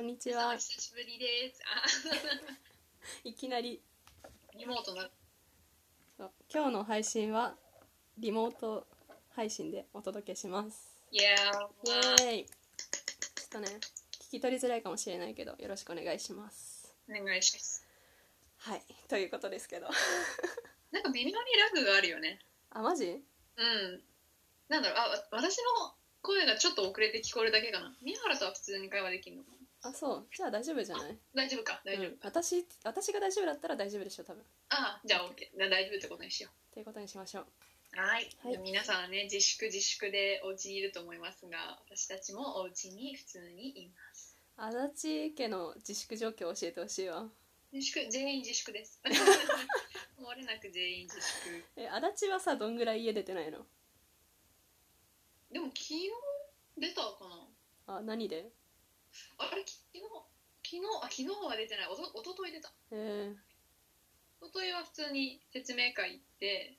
んにち皆様はお。久しぶりです。 あいきなり。リモートなそう今日の配信はリモート配信でお届けします。いやイー、エーイ。ちょっとね、聞き取りづらいかもしれないけど、よろしくお願いします。お願いします。はい、ということですけど。なんか微妙にラグがあるよね。あ、マジうん。なんだろう、あ、わ私の声がちょっと遅れて聞こえるだけかな。宮原とは普通に会話できるのかな。あ、そう。じゃあ大丈夫じゃない大丈夫か、大丈夫。うん私、私が大丈夫だったら大丈夫でしょ、多分。っあ、じゃあ OK。な大丈夫ってことにしよていうことにしましょう。う。はい。はいでも皆さんはね、自粛自粛でお家にいると思いますが、私たちもお家に普通にいます。足立家の自粛状況を教えてほしいわ。自粛、全員自粛 です。漏れなく全員自粛。え、足立はさ、どんぐらい家出てないのでも昨日出たかなあ、何であれ昨日昨日あ昨日は出てないおとおととい出たえー、おとといは普通に説明会行って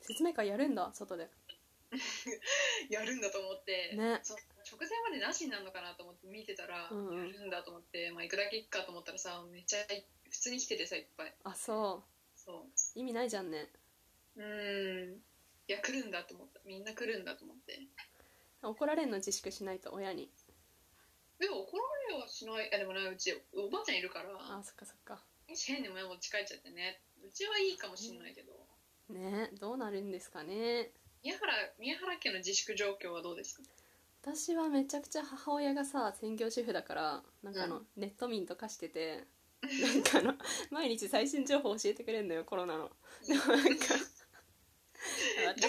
説明会やるんだ、外で。やるんだと思って、ねそう直前までなしになるのかなと思って見てたら、うんうんやるんだと思って、まあ、行くだけ行くかと思ったらさめっちゃ普通に来ててさいっぱいあ、そ。そう意味ないじゃんね。ううーんいや来るんだと思ったみんな来るんだと思って怒られんの自粛しないと、親に。でも怒られはしないあでもなうちおばあちゃんいるからあ、そっかそっか。もし変に親持ち帰っちゃってねうちはいいかもしれないけど、ねどうなるんですかね宮原宮原家の自粛状況はどうです か私はめちゃくちゃ母親がさ専業主婦だからなんかあの、うネット民とかしててなんかあの 毎日最新情報教えてくれんのよコロナのでもなんか情報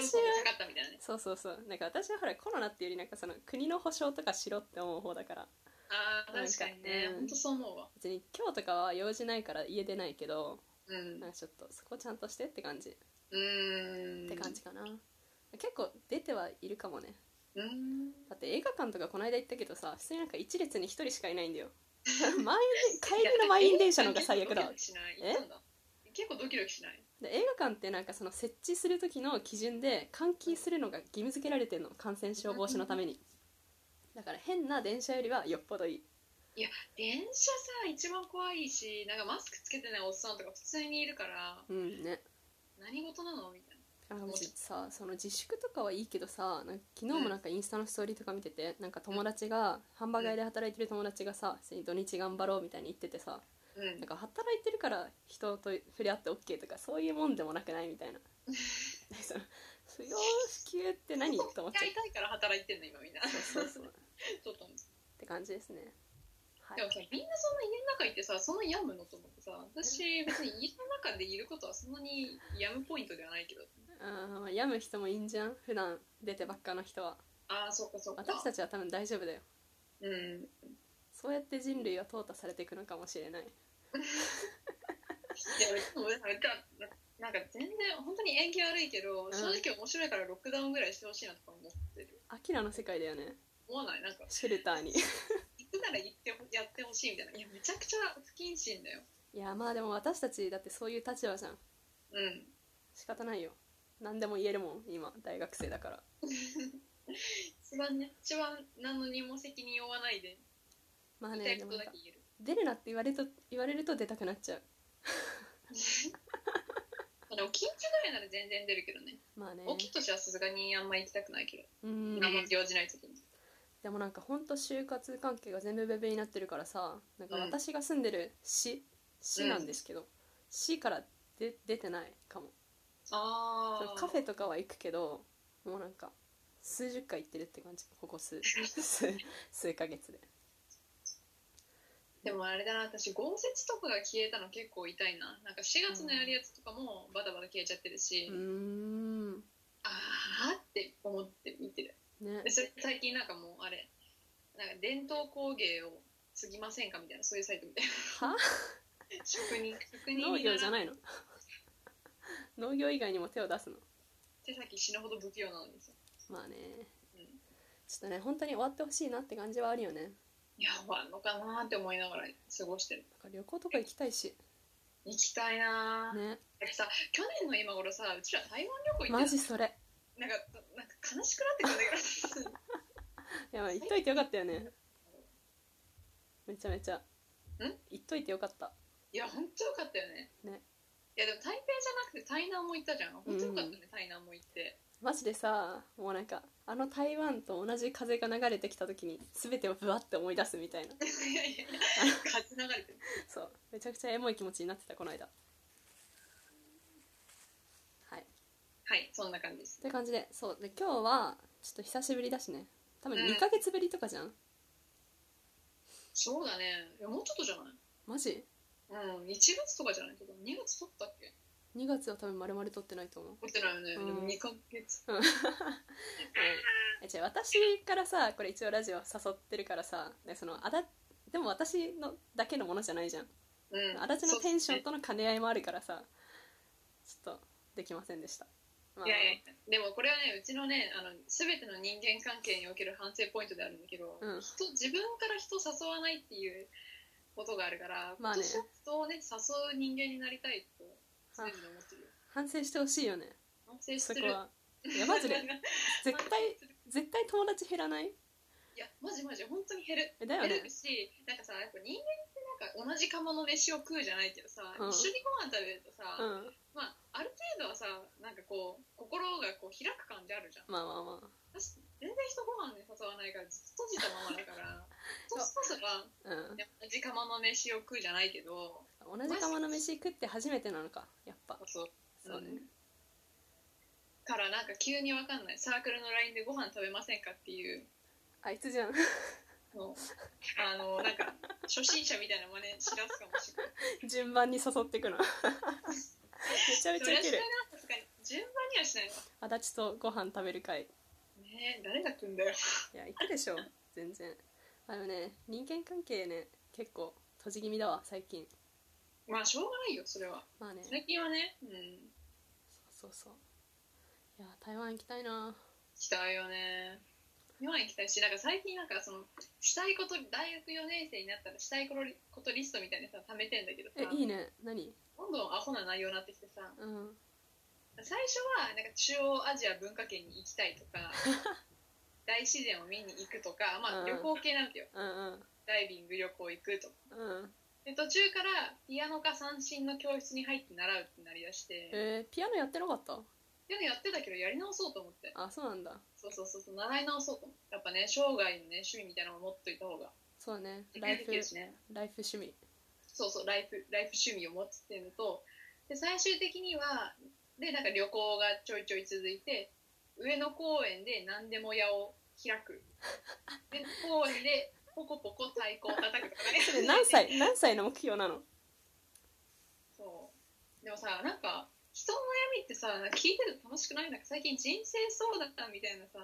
私はがかかったみたいなねそうそうそうなんか私はほらコロナっていうよりなんかその国の保障とかしろって思う方だからあー確かにねうん本当そう思うわ別に今日とかは用事ないから家出ないけどうんなんかちょっとそこちゃんとしてって感じ、うーんって感じかな結構出てはいるかもねうーんだって映画館とかこの間行ったけどさ普通になんか一列に一人しかいないんだ よ満員帰りの満員電車の方が最悪だわ結構ドキドキしない行ったんだ結構ドキドキしないで映画館ってなんかその設置する時の基準で換気するのが義務付けられてんの感染症防止のためにだから変な電車よりはよっぽどいい電車さ一番怖いしなんかマスクつけてないおっさんとか普通にいるからうんね何事なのみたいなんかもうさその自粛とかはいいけどさなんか昨日もなんかインスタのストーリーとか見ててなんか友達がハンバーガー屋で働いてる友達がさ普通に土日頑張ろうみたいに言っててさなうんなんか働いてるから人と触れ合って OK とかそういうもんでもなくないみたいなその不要不急って何と思っちゃやりたいから働いてんの今みんなうそう そうそうっそうと思うて感じですねはでいもさみんなそんな家の中いてさそんな病むのと思ってさ私別に家の中でいることはそんなに病むポイントではないけどあーまあ病む人もいいんじゃん普段出てばっかの人はああそうかそうか私たちは多分大丈夫だようんそうやって人類は淘汰されていくのかもしれないいや俺俺なんかなんか全然本当に縁起悪いけど、ん正直面白いからロックダウンぐらいしてほしいなとか思ってるアキラの世界だよね思わないなんかシェルターに 行くなら行ってほやってほしいみたいないやめちゃくちゃ不謹慎だよいやまあでも私たちだってそういう立場じゃんうん仕方ないよ何でも言えるもん今大学生だから一番ね一番何のにも責任負わないでまあ言いねたいでこもとなんだ かけ言える出るなって言われと言われると出たくなっちゃうまあでも緊急ぐらいなら全然出るけどねまあね大きい年はさすがにあんま行きたくないけどうん何も行事ない時にでもなんかほんと就活関係が全部ベベになってるからさなんかうん私が住んでる市、市なんですけど、市からで出てないかもあそのあカフェとかは行くけどもうなんか数十回行ってるって感じここ 数数数ヶ月ででもあれだな私豪雪とかが消えたの結構痛いななんか4月のやるやつとかもバタバタ消えちゃってるし、うーんあーって思って見てるね でそれ最近なんかもうあれなんか伝統工芸を継ぎませんかみたいな そういうサイトみたいはな職人職人農業じゃいないの 農業以外にも手を出すの手先死ぬほど不器用なのにさ、まあねうん、ちょっとね本当に終わってほしいなって感じはあるよねいや終わんのかなーって思いながら過ごしてるなんか旅行とか行きたいし行きたいなー、ねだってさ去年の今頃さうちら台湾旅行行マってジそれなんかなんか悲しくなってくるんだけどいやまあ言っといてよかったよねめちゃめちゃ言っといてよかったいや、本当よかったよね。ねいや、でも台北じゃなくて台南も行ったじゃん。本当よかったね、台南も行って。マジでさもうなんかあの台湾と同じ風が流れてきた時に全てをぶわって思い出すみたいないやいや、 勝ち流れてる。そうめちゃくちゃエモい気持ちになってたこの間はいっはい、そんな感じです。て感じでそうで今日はちょっと久しぶりだしね多分うん2ヶ月ぶりとかじゃん、そうだね。いや、もうちょっとじゃないマジうん、1月とかじゃないけど、2月取ったっけ ?2 月は多分丸々撮ってないと思う取ってないよね。でうもん2ヶ月。えじゃあ私からさこれ一応ラジオ誘ってるからさでそのあだでも私のだけのものじゃないじゃんうん。足立のテンションと。との兼ね合いもあるからさちょっとできませんでした、まあいやいや、でもこれはね、うちのね、あの、すべての人間関係における反省ポイントであるんだけど、うん人、自分から人を誘わないっていうことがあるから、まあね私は人をね、誘う人間になりたいと、常に思ってるよ。反省してほしいよね反省しそてこる。はやばず れ絶対反省する絶対友達減らないいや、マジマジ、本当に減る。えだよ減ねるし、なんかさ、やっぱ人間ってなんか同じ釜の飯を食うじゃないけどさ、うん一緒にご飯食べるとさ、うんまあ、ある程度はさ、なんかこう、心がこう開く感じあるじゃん。まあまあま私、全然人ご飯に誘わないから、ずっと閉じたままだ から、そうそうば、あね同じ釜の飯を食うじゃないけど、うん同じ釜の飯食って初めてなのかやっぱそうそうね、からなんか急にわかんない、サークルの LINE でご飯食べませんかっていうあいつじゃん のを、あの、なんか、初心者みたいな真似しだすかもしれない。順番に誘ってくの めちゃめそちれゃはウケしるないな、確かに。順番にはしないわ。足立とご飯食べる会ねえ、誰が来んだよ。いや行くでしょ全然あのね人間関係ね結構閉じ気味だわ最近まあ、しょうがないよ、それは。まあね最近はね、うん、そうそういや台湾行きたいなしたいよね。日本行きたいし、なんか最近なんかその、したいこと、大学4年生になったらしたいことリストみたいなさ、貯めてんだけどさ、えいいね何どんどんアホな内容になってきてさ、うん最初はなんか中央アジア文化圏に行きたいと か、大自然を見に行くとか、うまあん旅行系なんだよ。うんうんダイビング、旅行行くとか。うんで、途中からピアノか三振の教室に入って習うってなりだして、えーピアノやってなかったでもやってたけどやり直そうと思って。あそうなんだそうそうそうそう、習い直そうと思って。やっぱね、生涯のね、趣味みたいなのを持っといた方が、そうだねできライるフできるしね。ライフ趣味そうそう、ライフ、ライフ趣味を持つっていうのと、で、最終的には、で、なんか旅行がちょいちょい続いて、上野公園で何でも屋を開く。 で、公園でポコポコ太鼓を叩くとかね。それ何歳何歳の目標なのそう。でもさ、なんか、人の悩みってさ、なんか聞いてると楽しくないなんか最近人生そうだったみたいなさ、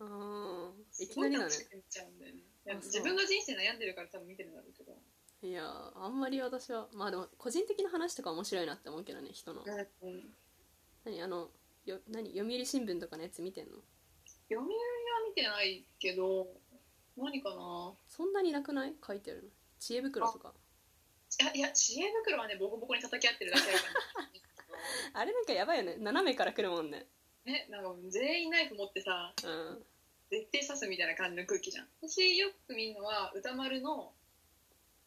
うーんいすきごないりだ楽ねしくなっちゃうんだよね。いやあそう自分が人生悩んでるから多分見てるんだろうけど。いやーあんまり私はまあでも個人的な話とか面白いなって思うけどね人のうん何あのよ何読売新聞とかのやつ見てんの読売は見てないけど、何かなそんなになくない書いてるの知恵袋とかいや、いや、知恵袋はね、ボコボコに叩き合ってるだけだから。あれなんかやばいよね斜めから来るもんねね、 なんか全員ナイフ持ってさ、うん絶対刺すみたいな感じの空気じゃん。私よく見るのは、歌丸の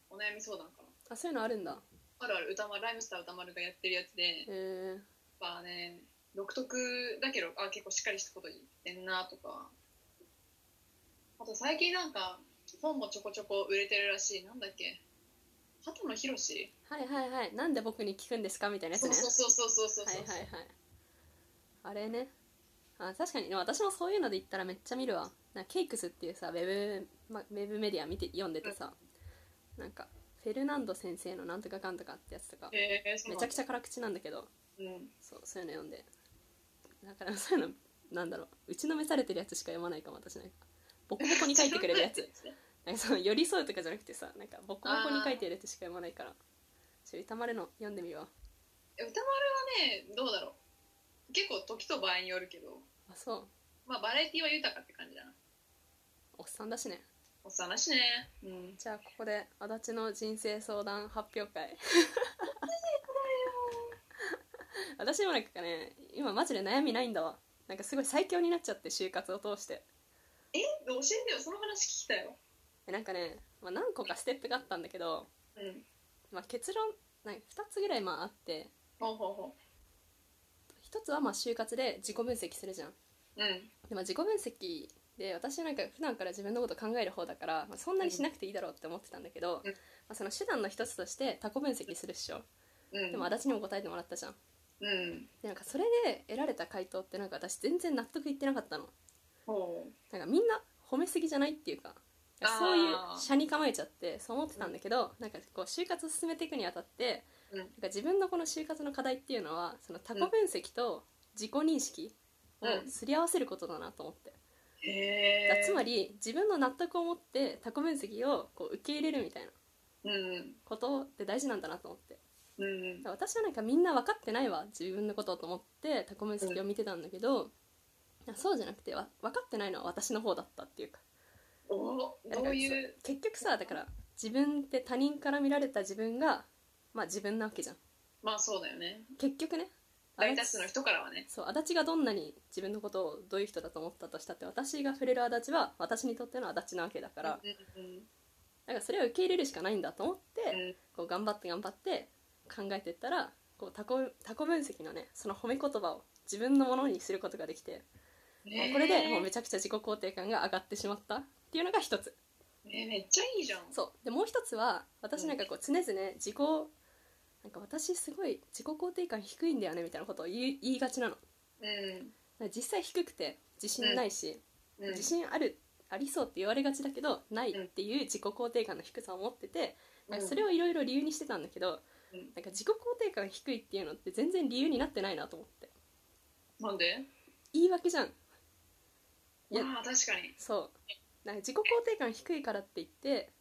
お悩み相談かな。あそういうのあるんだあるある歌丸、ライムスター歌丸がやってるやつで、やっへえぱね、独特だけど、あ、結構しっかりしたこと言ってんなとか。あと最近なんか、本もちょこちょこ売れてるらしい。なんだっけ畑野博士はいはいはいなんで僕に聞くんですかみたいなやつそうねそうそうそうそうそはう。いはいはいあれねあ確かにでも私もそういうので言ったらめっちゃ見るわなんかケイクスっていうさウェブ,、ま、ウェブメディア見て読んでてさなんかフェルナンド先生のなんとかかんとかってやつとかへえそうめなんちだゃくちゃ辛口なんだけどうんそうそういうの読んでだからそういうのなんだろう打ちのめされてるやつしか読まないかも私なんかボコボコに書いてくれ るやつ なんかその寄り添うとかじゃなくてさなんかボコボコに書いてるやつしか読まないからちょ歌丸の読んでみよう歌丸はねどうだろう結構時と場合によるけどあそうまあバラエティは豊かって感じだなおっさんだしねおっさんらしいねうんじゃあここで足立の人生相談発表会 私もなんかね今マジで悩みないんだわなんかすごい最強になっちゃって就活を通してえ教えてよその話聞きたいわえなんかね、まあ、何個かステップがあったんだけど、うん。まあ、結論なんか2つぐらいまああってほうほうほ1つはまあ就活で自己分析するじゃんう。うん。でまあ自己分析で私なんか普段から自分のこと考える方だから、まあ、そんなにしなくていいだろうって思ってたんだけど、うんまあ、その手段の一つとして他己分析するっしょうん。でも足立にも答えてもらったじゃんうん。でなんかそれで得られた回答ってなんか私全然納得いってなかったのほう。なんかみんな褒めすぎじゃないっていうかあーそういう社に構えちゃってそう思ってたんだけど、なんかこう就活を進めていくにあたって、うんなんか自分のこの就活の課題っていうのはその他己分析と自己認識をすり合わせることだなと思って、へだかえ。らつまり自分の納得を持って他己分析をこう受け入れるみたいなうん。ことって大事なんだなと思ってうん。だから私はなんかみんな分かってないわ自分のことと思って他己分析を見てたんだけど、いやそうじゃなくてわ分かってないのは私の方だったっていうかおいやだどからういう。そう結局さだから自分って他人から見られた自分がまあ自分なわけじゃんまあそうだよね。結局ね大多数の人からはね。そう足立がどんなに自分のことをどういう人だと思ったとしたって私が触れる足立は私にとっての足立なわけだから、うんうんだからそれを受け入れるしかないんだと思って、うんこう頑張って頑張って考えてったらこうタコタコ分析のねその褒め言葉を自分のものにすることができて、もうこれでもうめちゃくちゃ自己肯定感が上がってしまったっていうのが一つえめっちゃいいじゃん。そうでもう一つは私なんかこう常々自己なんか私すごい自己肯定感低いんだよねみたいなことを言い言いがちなのだかうん。ら実際低くて自信ないし、うん自信あるありそうって言われがちだけどないっていう自己肯定感の低さを持ってて、なんかそれをいろいろ理由にしてたんだけど、うんなんか自己肯定感低いっていうのって全然理由になってないなと思ってなんで言い訳じゃんいやまあ確かに。そうなんか自己肯定感低いからって言って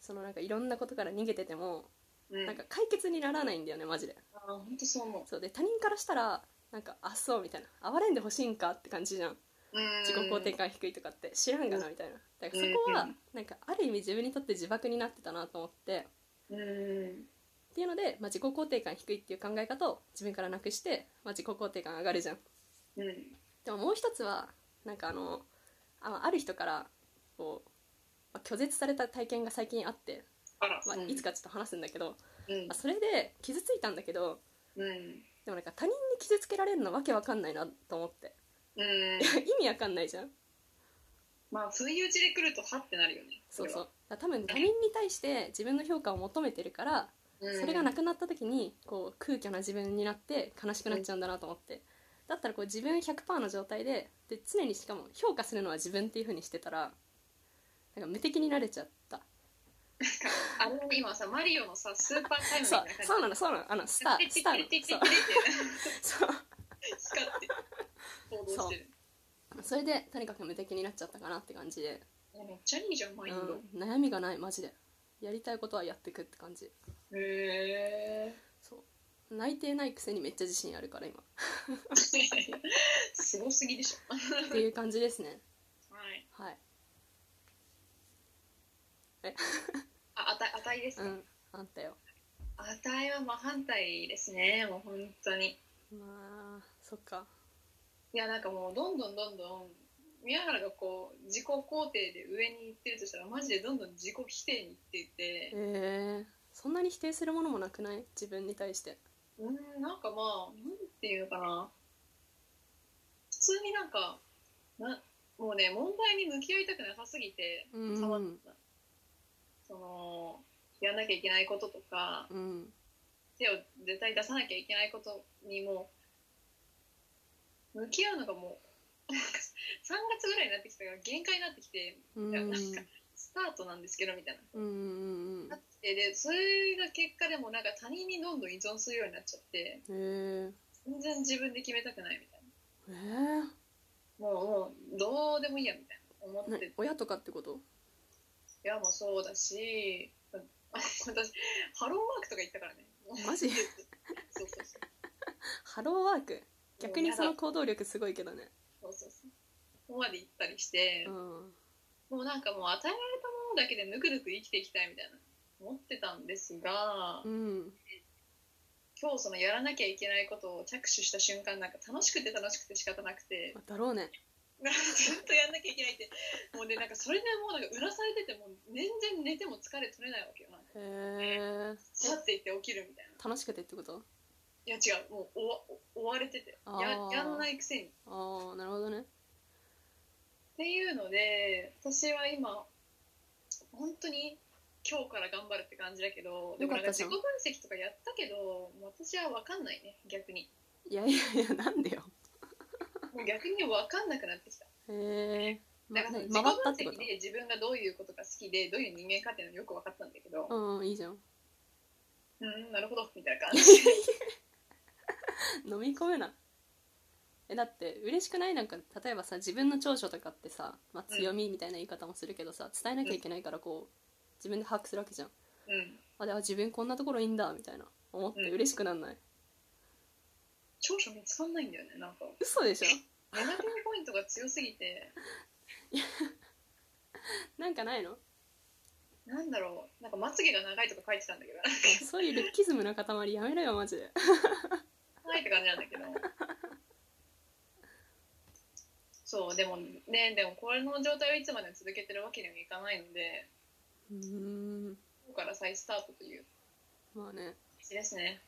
そのなんかいろんなことから逃げてても、うん。うん。なんか解決にならないんだよねマジであー本当そう思そうで他人からしたらなんか「あそう」みたいな「哀れんでほしいんか」って感じじゃんう。うん。自己肯定感低いとかって知らんがなみたいなだからそこうはんなんかある意味自分にとって自爆になってたなと思ってうん。っていうので、まあ、自己肯定感低いっていう考え方を自分からなくして、まあ、自己肯定感上がるじゃんうん。でももう一つはなんかあのあある人からこう、まあ拒絶された体験が最近あって、あら。まあ、うんいつ。かちょっと話すんだけど、まうんあ。それで傷ついたんだけどうん。でもなんか他人に傷つけられるのわけわかんないなと思ってうんい。や 意味わかんないじゃんまあ、不意打ちで来ると、はってなるよね。そうれそうは。だから多分他人に対して自分の評価を求めてるからうんそれがなくなった時にこう空虚な自分になって悲しくなっちゃうんだなと思ってだったらこう自分100%の状態でで常にしかも評価するのは自分っていう風にしてたらなんか無敵になれちゃったあれは今さ、マリオのさ、スーパータイムみそたいうな感じ。そうなのそうなのあのスタースターのてってそっうてってそう光って行動してる。それでとにかく無敵になっちゃったかなって感じで、いやめっちゃいいじゃん、マインド。うん、悩みがないマジでやりたいことはやってくって感じへえ。そう内定ないくせにめっちゃ自信あるから今すごすぎでしょ。っていう感じですねはい。はいあ、あた、値ですうね。んあんたよ値は真反対ですね。もう本当に。まあそっかいや、なんかもう、どんどんどんどん。宮原がこう自己肯定で上に行ってるとしたらマジでどんどん自己否定に行っていてえー、そんなに否定するものもなくない自分に対してうーん、なんかまあ、なんていうのかな。普通になんか、なもうね、問題に向き合いたくなさすぎて、うさまんその、やんなきゃいけないこととか、うん手を絶対出さなきゃいけないことにもう、向き合うのがもう、3月ぐらいになってきたから限界になってきて、うんいやなんかスタートなんですけど、みたいな。うんうんうんなって、で、それが結果でもなんか他人にどんどん依存するようになっちゃって、えー、全然自分で決めたくないみたいえな。ーもうもうどうでもいいやみたいな思ってなて、い親とかってことやもうそうだし あ私ハローワークとか行ったからねもうマジそうそうそうハローワーク逆にその行動力すごいけどねそうそうそうここまで行ったりしてう、んもうなんかもう与えられたものだけでぬくぬく生きていきたいみたいな思ってたんですが、うん今日そのやらなきゃいけないことを着手した瞬間なんか楽しくて楽しくて仕方なくてだろうねなんかずっとやんなきゃいけないってもうねなんかそれでもうなんかうなされててもう全然寝ても疲れ取れないわけよなんかへえさっていって起きるみたいな楽しくてってこといや違うもう追わ追われててあやーやんないくせにっああなるほどねていうので私は今本当に今日から頑張るって感じだけどでもなんかよかったじゃ自己ん分析とかやったけどもう私は分かんないね逆にいやいやいやなんでよもう逆に分かんなくなってきたへえだま、か回らっ自己たって分こ析で自分がどういうことが好きでどういう人間かっていうのよく分かったんだけどとうんいいじゃんうーんなるほどみたいな感 じ飲み込むなえだって嬉しくないなんか例えばさ自分の長所とかってさ、まあ、うん強みみたいな言い方もするけどさ伝えなきゃいけないからこう自分で把握するわけじゃんうんあであ自分こんなところいいんだみたいな思って嬉しくなんない、長所見つかんないんだよねなんか嘘でしょネガティブポイントが強すぎて なんかないのなんだろうなんかまつげが長いとか書いてたんだけど そういうルッキズムの塊やめろよマジで長いって感じなんだけどそうでもねでもこれの状態をいつまでも続けてるわけにはいかないのでうーんここから再スタートというまあね感じですね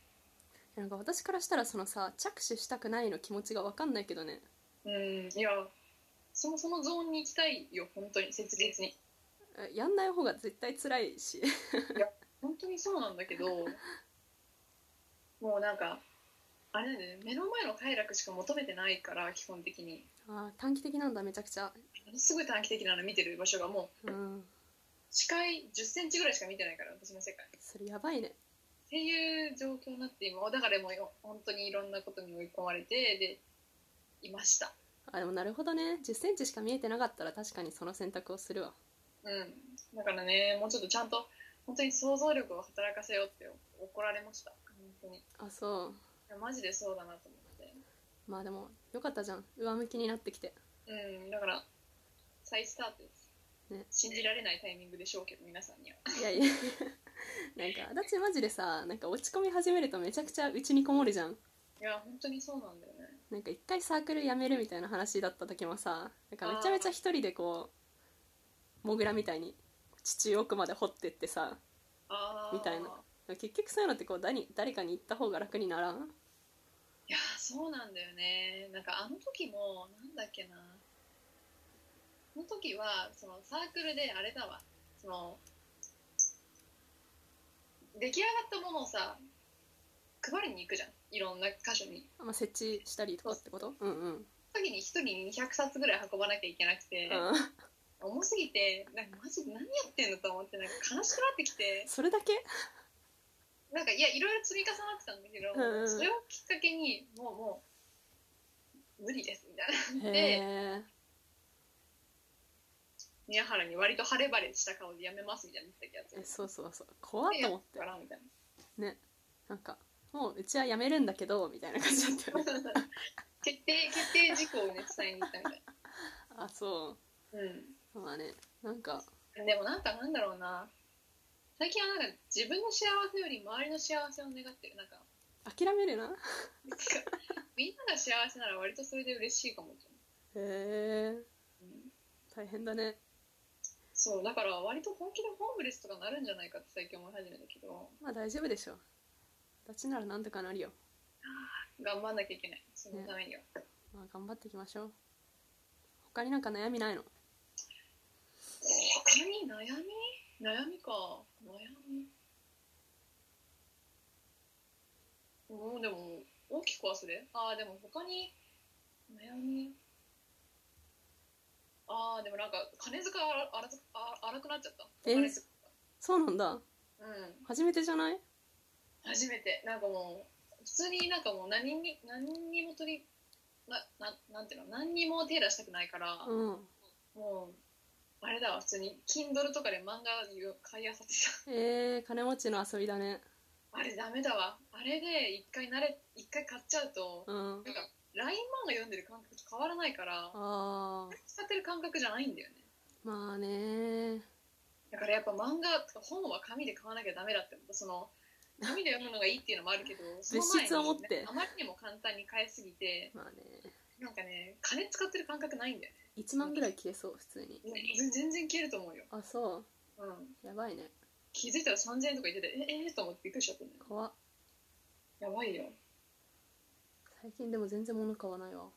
なんか私からしたらそのさ着手したくないの気持ちが分かんないけどねうんいやそもそもゾーンに行きたいよ本当に切実にえやんない方が絶対辛いし 本当にそうなんだけどもうなんかあれだよね目の前の快楽しか求めてないから基本的にあー短期的なんだめちゃくちゃものすごい短期的なの見てる場所がもううん視界1 0センチぐらいしか見てないから私の世界っそれやばいねていう状況になって今だからもうよ本当にいろんなことに追い込まれてでいましたあでもなるほどね1 0ンチしか見えてなかったら確かにその選択をするわうんだからねもうちょっとちゃんと本当に想像力を働かせようって怒られました本当にいあそやマジでそうだなと思ってうまあでもよかったじゃん上向きになってきてうんだから再スタートです、ね信じられないタイミングでしょうけど皆さんにはいや いやなんかだってマジでさなんか落ち込み始めるとめちゃくちゃうちにこもるじゃんいや本当にそうなんだよねなんか一回サークル辞めるみたいな話だった時もさなんかめちゃめちゃ一人でこうモグラみたいに地中奥まで掘ってってさああみたいな結局そういうのってこう誰誰かに言った方が楽にならんいやーそうなんだよねなんかあの時もなんだっけなあの時はそのサークルであれだわその出来上がったものをさ配りに行くじゃんいろんな箇所にまあ、設置したりとかってことうんうん、うん、その時に1人に200冊ぐらい運ばなきゃいけなくて、重すぎてなんかマジで何やってんのと思ってなんか悲しくなってきてそれだけなんかいやいろいろ積み重なってたんだけど、うんうんそれをきっかけにもうもう無理ですみたいなへえ宮原に割と晴れ晴れした顔でやめますみたいな言ってたやえつそうそうそう怖っでとや思っってたからみたいなねなんかもううちは辞めるんだけどみたいな感じだった よね 決定決定事項をね伝えに行ったみたいあそなううまあねなんかんでもなんかなんだろうな最近はなんか自分の幸せより周りの幸せを願ってるなんか諦めるななんかみんなが幸せなら割とそれで嬉しいかもへとえ思う、うん大変だねそうだから割と本気でホームレスとかなるんじゃないかって最近思い始めたけどまあ大丈夫でしょ立ちならなんとかなるよ頑張んなきゃいけないそのためには、まあ頑張っていきましょう他になんか悩みないの他に悩み悩みか悩みもうでも大きく忘れああでも他に悩みああでもなんか金遣い荒荒あ荒くなっちゃったえ金遣いそうなんだうん初めてじゃない初めてなんかもう普通になんかもう何に何にも取りなななんていうの何にも手出したくないから、うんもうあれだわ普通に Kindle とかで漫画を買い漁ってたえー、金持ちの遊びだねあれダメだわ。あれで一回慣れ、一回買っちゃうと、うんなんか LINE 漫画読んでる感覚と変わらないから、あー使ってる感覚じゃないんだよね。まあねだからやっぱ漫画とか本は紙で買わなきゃダメだって思った。その、紙 で読むのがいいっていうのもあるけど、その前に物質を持ってあまりにも簡単に買いすぎて、まあねなんかね金使ってる感覚ないんだよ1万ぐらい消えそう普通にね全全然消えると思うよ、あそうん、うやばいね気づいたら3000円とか言っててええー、と思ってびっくりしちゃったね怖っやばいよ最近でも全然物買わないわ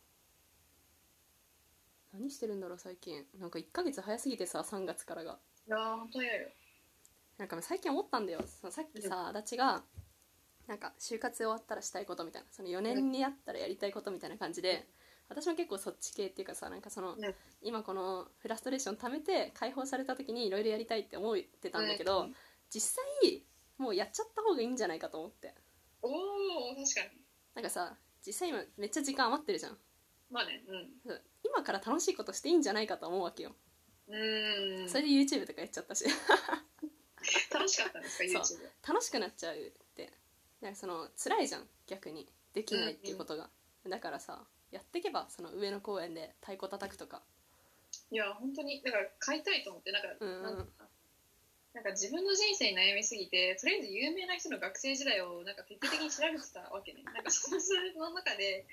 何してるんだろう最近なんか1ヶ月早すぎてさ3月からがいやー本当やよなんか最近思ったんだよそのさっきさ足立がなんか就活終わったらしたいことみたいなその4年にやったらやりたいことみたいな感じで私も結構そっち系っていうかさなんかそのうん今このフラストレーション溜めて解放された時にいろいろやりたいって思ってたんだけどうん実際もうやっちゃった方がいいんじゃないかと思っておお確かになんかさ実際今めっちゃ時間余ってるじゃんまあねうんそう今から楽しいことしていいんじゃないかと思うわけようーんそれで YouTube とかやっちゃったし 楽しかったんですか YouTube そ楽しくなっちゃうってなんかその辛いじゃん逆にできないっていうことが、だからさやってけばその上野公園で太鼓叩くとかいや本当にだから買いたいと思ってなんか、うんうんなんかなんか自分の人生に悩みすぎてとりあえず有名な人の学生時代をなんか徹底的に調べてたわ けねなんかそのその中で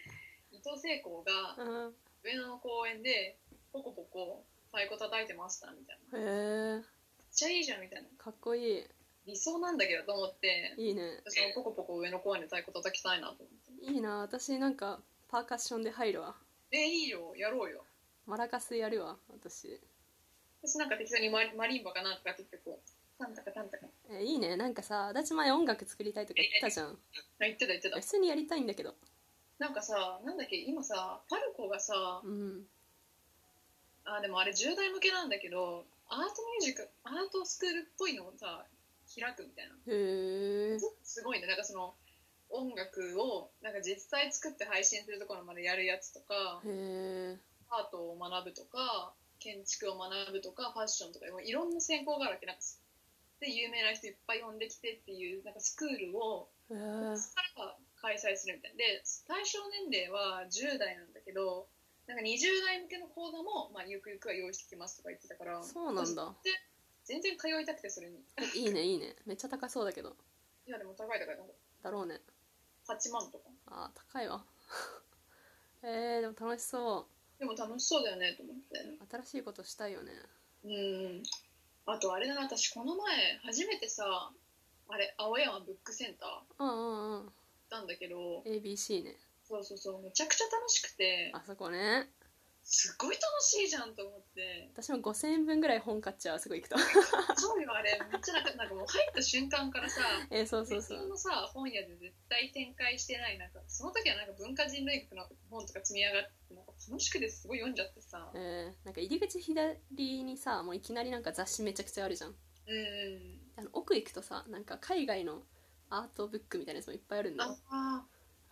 伊藤聖子がうん上野の公園でポコポコ太鼓叩いてましたみたいなめっへえちゃいいじゃんみたいなかっこいい理想なんだけどと思っていいね私もポコポコ上野公園で太鼓叩きたいなと思っていいな私なんかパーカッションで入るわえいいよやろうよマラカスやるわ私私なんか適当にマリマリンバかなんかって言ってこうタンタカタンタカえいいねなんかさ私前音楽作りたいとか言ってたじゃんあ言ってた言ってた普通にやりたいんだけどなんかさ、なんだっけ、今さ、パルコがさ、うんあ、でもあれ10代向けなんだけど、アートミュージック、アートスクールっぽいのをさ、開くみたいな。へえすごいね、なんかその、音楽を、なんか実際作って配信するところまでやるやつとか、へえアートを学ぶとか、建築を学ぶとか、ファッションとか、もういろんな専攻があるわけ。なんかで、有名な人いっぱい呼んできてっていう、なんかスクールを、へえから開催するみたいなで対象年齢は10代なんだけどなんか20代向けの講座も、まあ、ゆくゆくは用意してきますとか言ってたからそうなんだ私全然通いたくてそれにいいねいいねめっちゃ高そうだけどいやでも高い高いなんかだろうね8万とかあー高いわ えー、でも楽しそでも楽しそうだよねと思ってう新しいことしたいよねうんあとあれだな私この前初めてさあれ青山ブックセンター行っうんうんうんたんだけど ABC ねそうそうそうめちゃくちゃ楽しくてあそこねすごい楽しいじゃんと 思って私も5000円分ぐらい本買っちゃうあそこ行くと そうよあれめっちゃなんかなんかもう入った瞬間からさえー、そうそうそ最うのさ本屋で絶対展開してないなんかその時はなんか文化人類学の本とか積み上がってなんか楽しくですごい読んじゃってさうんえー、なんか入り口左にさもういきなりなんか雑誌めちゃくちゃあるじゃんあの奥行くとさなんか海外のアートブックみたいなやつもいっぱいあるんだよあああ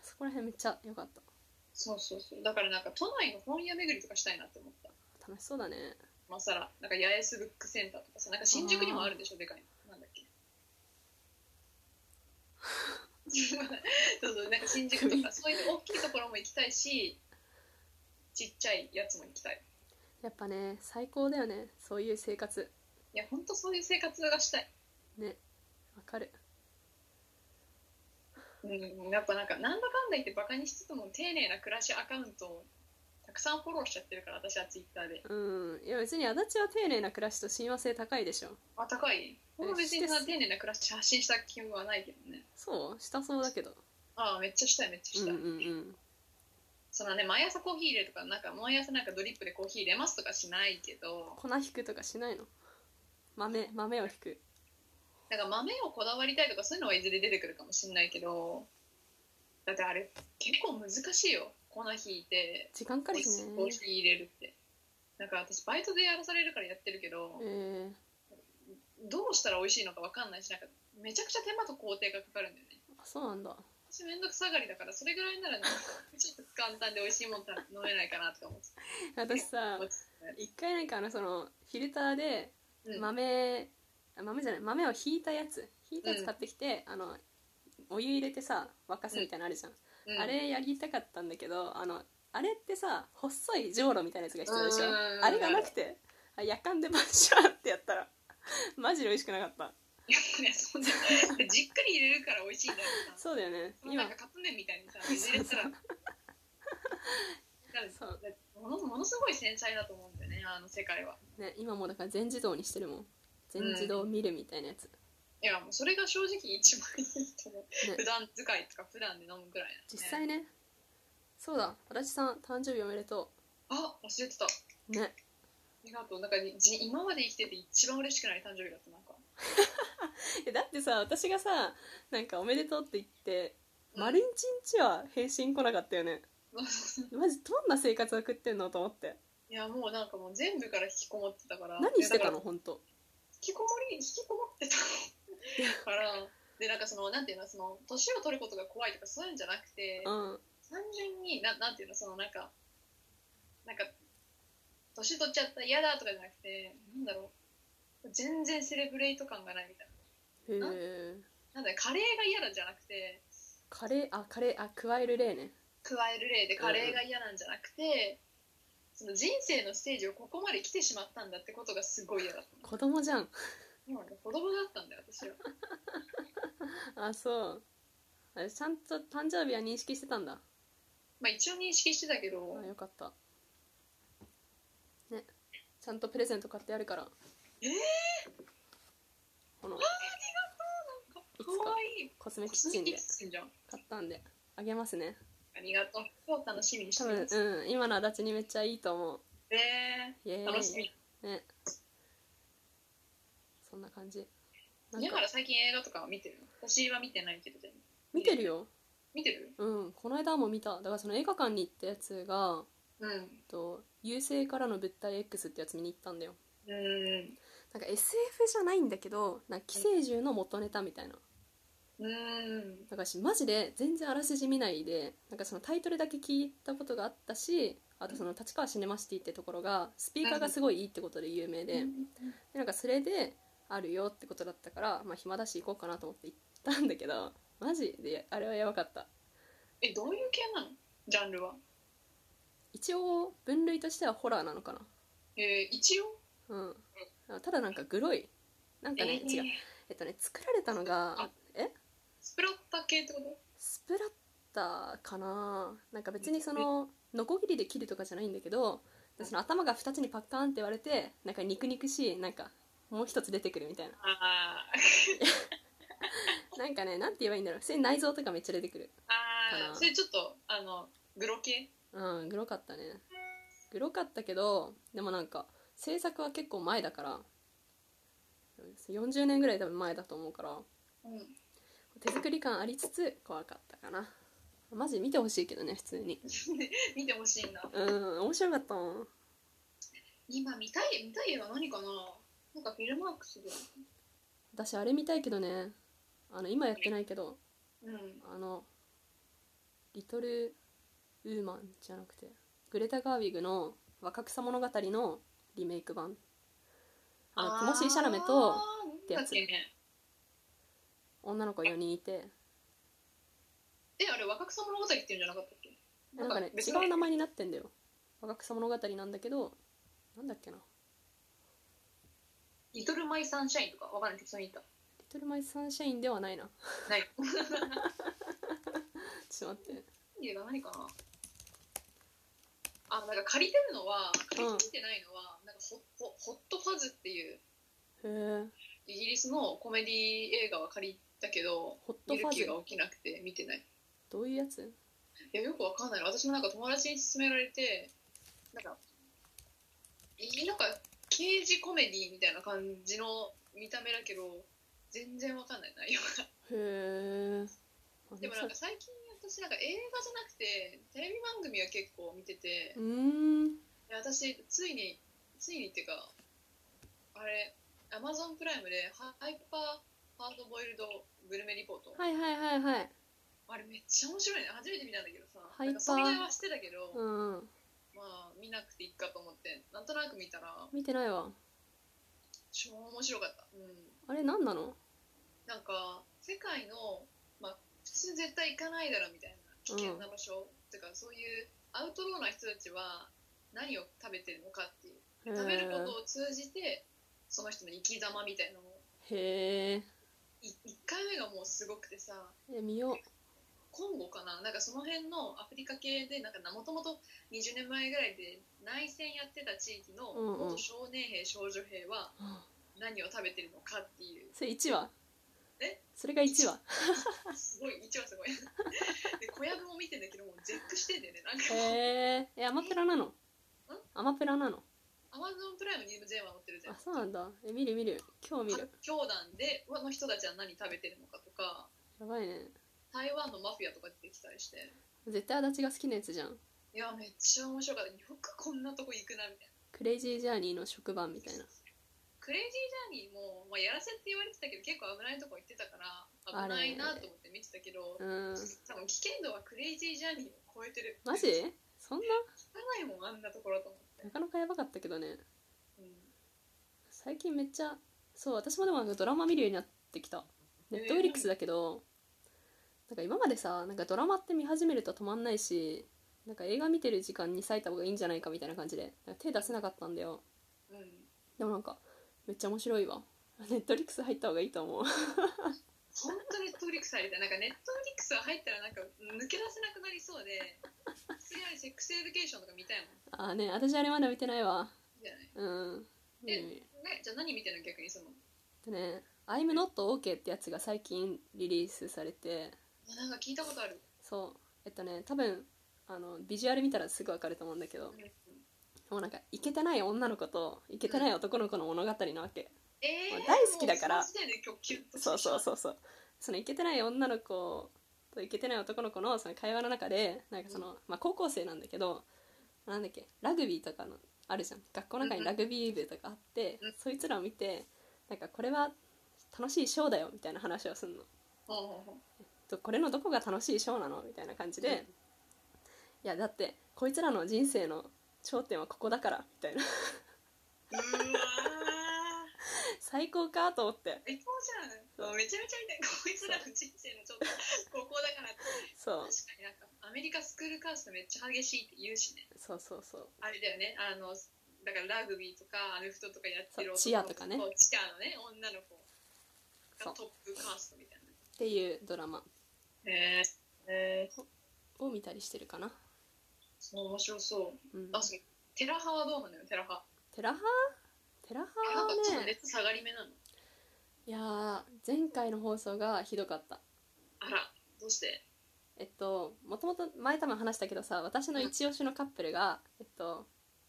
そこら辺めっちゃ良かったそうそうそうだからなんか都内の本屋巡りとかしたいなって思った楽しそうだね今更なんか八重洲ブックセンターとかさなんか新宿にもあるでしょでかいのなんだっ けそうそうなんか新宿とかそういう大きいところも行きたいしちっちゃいやつも行きたいやっぱね最高だよねそういう生活いやほんとそういう生活がしたいねわかるうん、やっぱなんかなんだかんだ言ってバカにしつつも丁寧な暮らしアカウントをたくさんフォローしちゃってるから私はツイッターでうんいや別に足立は丁寧な暮らしと親和性高いでしょあ高いこの別しにさて丁寧な暮らし発信した気分はないけどねそうしたそうだけどああめっちゃしたいめっちゃうしんたうい、んうんそのね毎朝コーヒー入れとかなんか毎朝なんかドリップでコーヒー入れますとかしないけど粉引くとかしないの豆豆を引くなんか豆をこだわりたいとかそういうのはいずれ出てくるかもしれないけどだってあれ結構難しいよ粉引いて時間かかコるーしねヒー入れるってなんか私バイトでやらされるからやってるけど、えどうしたら美味しいのか分かんないしなんかめちゃくちゃ手間と工程がかかるんだよねー、あそうなんだ私めんどくさがりだからそれぐらいなら、ね、 ちょっと簡単で美味しいもの飲めないかなとか思って私さ思ってたね一回なんかあのそのフィルターでうん豆、あ豆じゃない豆を引いたやつ引いたやつ買ってきて、あのお湯入れてさ沸かすみたいなのあるじゃん、うんあれやりたかったんだけどあのあれってさ細いじょうろみたいなやつが必要でしょうんうんうんあれがなくてあやかんでバッシャーってやったらマジで美味しくなかったいやいやそんなじっくり入れるから美味しいんだよなそうだよねその今 なんかカップ麺みたいにさ水入れたらからそうものものすごい繊細だと思うんだよねあの世界はね今もうだから全自動にしてるもん全自動見るみたいなやつ、いやもうそれが正直一番いいと思う、ね普段使いとか普段で飲むぐらいなのね実際ねそうだ足立さん誕生日おめでとあ忘れてたあうねりがとうなんかじ今まで生きてて一番嬉しくない誕生日だったなんかえだってさ私がさなんか「おめでとう」って言ってうん丸一日は返信来なかった よねそうそうそうマジどんな生活を送ってんのと思っていやもうなんかもう全部から引きこもってたから何してたいやだのから本当引きこもり引きこもってたから でなんかそのなんていうのその年を取ることが怖いとかそういうんじゃなくて、うん単純にななんていうのそのなんかなんか年取っちゃった嫌だとかじゃなくてなんだろう全然セレブレイト感がないみたいへえななんだろうカレーが嫌だじゃなくてカレーあカレーあ加える例ね加える例でカレーが嫌なんじゃなくて、その人生のステージをここまで来てしまったんだってことがすごい嫌だったの子供じゃん今ね子供だったんだよ 私はあそうあれちゃんと誕生日は認識してたんだまあ一応認識してたけど、あよかったねちゃんとプレゼント買ってやるからえーこのかわいいコスメキキッチンでッチンじゃん買ったんであげますねありがとう今日楽しみにし多て分ます、うん今の足立にめっちゃいいと思うねイエーイ楽しみねそんな感じなん宮か原最近映画とかは見てるの私は見てないけど全然見てるよ見てるうんこの間も見ただからその映画館に行ったやつがうんうえっと優勢からの物体 X ってやつ見に行ったんだよーんなんか SF じゃないんだけどなんか寄生獣の元ネタみたいなうーんだからしマジで全然あらすじ見ないでなんかそのタイトルだけ聞いたことがあったしあとその立川シネマシティってところがスピーカーがすごいいいってことで有名ででなんかそれであるよってことだったから、まあ、暇だし行こうかなと思って行ったんだけどマジであれはやばかったえどういう系なのジャンルは一応分類としてはホラーなのかなえー、一応うんただなんかグロいなんかね、えー違うえっとね作られたのがあえスプラッタ系ってことスプラッターかななんか別にそのノコギリで切るとかじゃないんだけどその頭が2つにパッカーンって割れてなんか肉肉しいなんかもう一つ出てくるみたいなあーなんかねなんて言えばいいんだろう普通に内臓とかめっちゃ出てくるかあなーそれちょっとあのグロ系うんグロかったねグロかったけどでもなんか制作は結構前だから40年ぐらい多分前だと思うからうん手作り感ありつつ怖かったかなマジ見てほしいけどね普通に見てほしいなうん面白かったもん今見たい見たい映画何かななんかフィルマークスぐらい私あれ見たいけどねあの今やってないけどうんあのリトルウーマンじゃなくてグレタ・ガーウィグの「若草物語」のリメイク版あのティモシー・シャラメとってやつね女の子4人いてえあれ若草物語っていうんじゃなかったっけなんかね違別のう名前になってんだよ若草物語なんだけどなんだっけなリトルマイサンシャインとかわかんない適当に言っ「たリトル・マイ・サンシャイン」ではないなないちょっと待って映画何かなあなんか借りてるのは借りてないのは、なんかホホホットファズっていうへえイギリスのコメディ映画は借りたけどホットフ見るァ気ズが起きなくて見てないどういうやついやよくわかんない私もなんか友達に勧められてなんかいなんか刑事コメディみたいな感じの見た目だけど全然わかんない内容がへえでもなんか最近私なんか映画じゃなくてテレビ番組は結構見てて、うーんいや私ついについにっていうかあれアマゾンプライムでハハイパーハードボイルドグルメリポート、はいはいはいはいあれめっちゃ面白いね初めて見たんだけどさハイパーなんか存在はしてたけど、うんうんまあ見なくていいかと思ってなんとなく見たら見てないわ超面白かった、うあん、れ何なのなんか世界の、まあ、普通絶対行かないだろみたいな危険な場所、っていうかそういうアウトローな人たちは何を食べてるのかっていうへ食べるこーとを通じてその人の生き様みたいなのをへー1回目がもうすごくてさえ見よコンゴかななんかその辺のアフリカ系でなんかもともと20年前ぐらいで内戦やってた地域のうんうん元少年兵少女兵はあ何を食べてるのかっていうそれ1話えそれが1話すごい一話すごい で小籔も見てんだけどもう絶句してんだよねなんかもうへええアマプラなのアマプラなのアマゾンプライムに全話載ってるじゃあんそうなんだえ見る見る今日見各る教団での人たちは何食べてるのかとかやばいね台湾のマフィアとか出てきたりして絶対足立が好きなやつじゃんいやめっちゃ面白かったよくこんなとこ行くなみたいなクレイジージャーニーの食版みたいなクレイジージャーニーも、まあ、やらせって言われてたけど結構危ないとこ行ってたから危ないなと思って見てたけどうん多分危険度はクレイジージャーニーを超えてるマジそんな汚いもんあんなところと思ってな、かなかやばかったけどねうん、最近めっちゃそう私もでもなんかドラマ見るようになってきたえネーットフリックスだけど、なんか今までさなんかドラマって見始めると止まんないしなんか映画見てる時間に割いた方がいいんじゃないかみたいな感じでなんか手出せなかったんだようん、でもなんかめっちゃ面白いわネットフリックス入った方がいいと思う本当ネットフリックス入りたいなんかネットフリックスは入ったらなんか抜け出せなくなりそうで普通にあれセックスエデュケーションとか見たいもんああね私あれまだ見てないわじゃないうん見る見るねじゃあ何見てんの逆にそのでね「I'm not OK」ってやつが最近リリースされてあなんか聞いたことある、そうえっとね多分あのビジュアル見たらすぐわかると思うんだけどもうなんかイケてない女の子とイケてない男の子の物語なわけ、えもーう、大好きだからもうその時点で今日キュッとそうそううそうそうそのイケてない女の子とイケてない男の子のその会話の中でなんかその、まあ、高校生なんだけどなんだっけラグビーとかのあるじゃん学校の中にラグビー部とかあって、うんそいつらを見てなんかこれは楽しいショーだよみたいな話をするのほうほうほうとこれのどこが楽しいショーなのみたいな感じで、うんいやだってこいつらの人生の頂点はここだからみたいな うわー最高かと思って最高じゃんもうめちゃめちゃみたいこいつらの人生のちょっ とここだからってそう確かになんかアメリカスクールカーストめっちゃ激しいって言うしねそうそうそうあれだよねあのだからラグビーとかアメフトとかやってるそうチアとかねそうチアのね女の子そうがトップカーストみたいなっていうドラマへえを見たりしてるかな、面白そううん、あそうテラハはどうなのよテラハテラハテラハなんかちょっはとね熱下がり目なのいやー前回の放送がひどかったあらどうしてえっともともと前多分話したけどさ私の一押しのカップルが、えっと、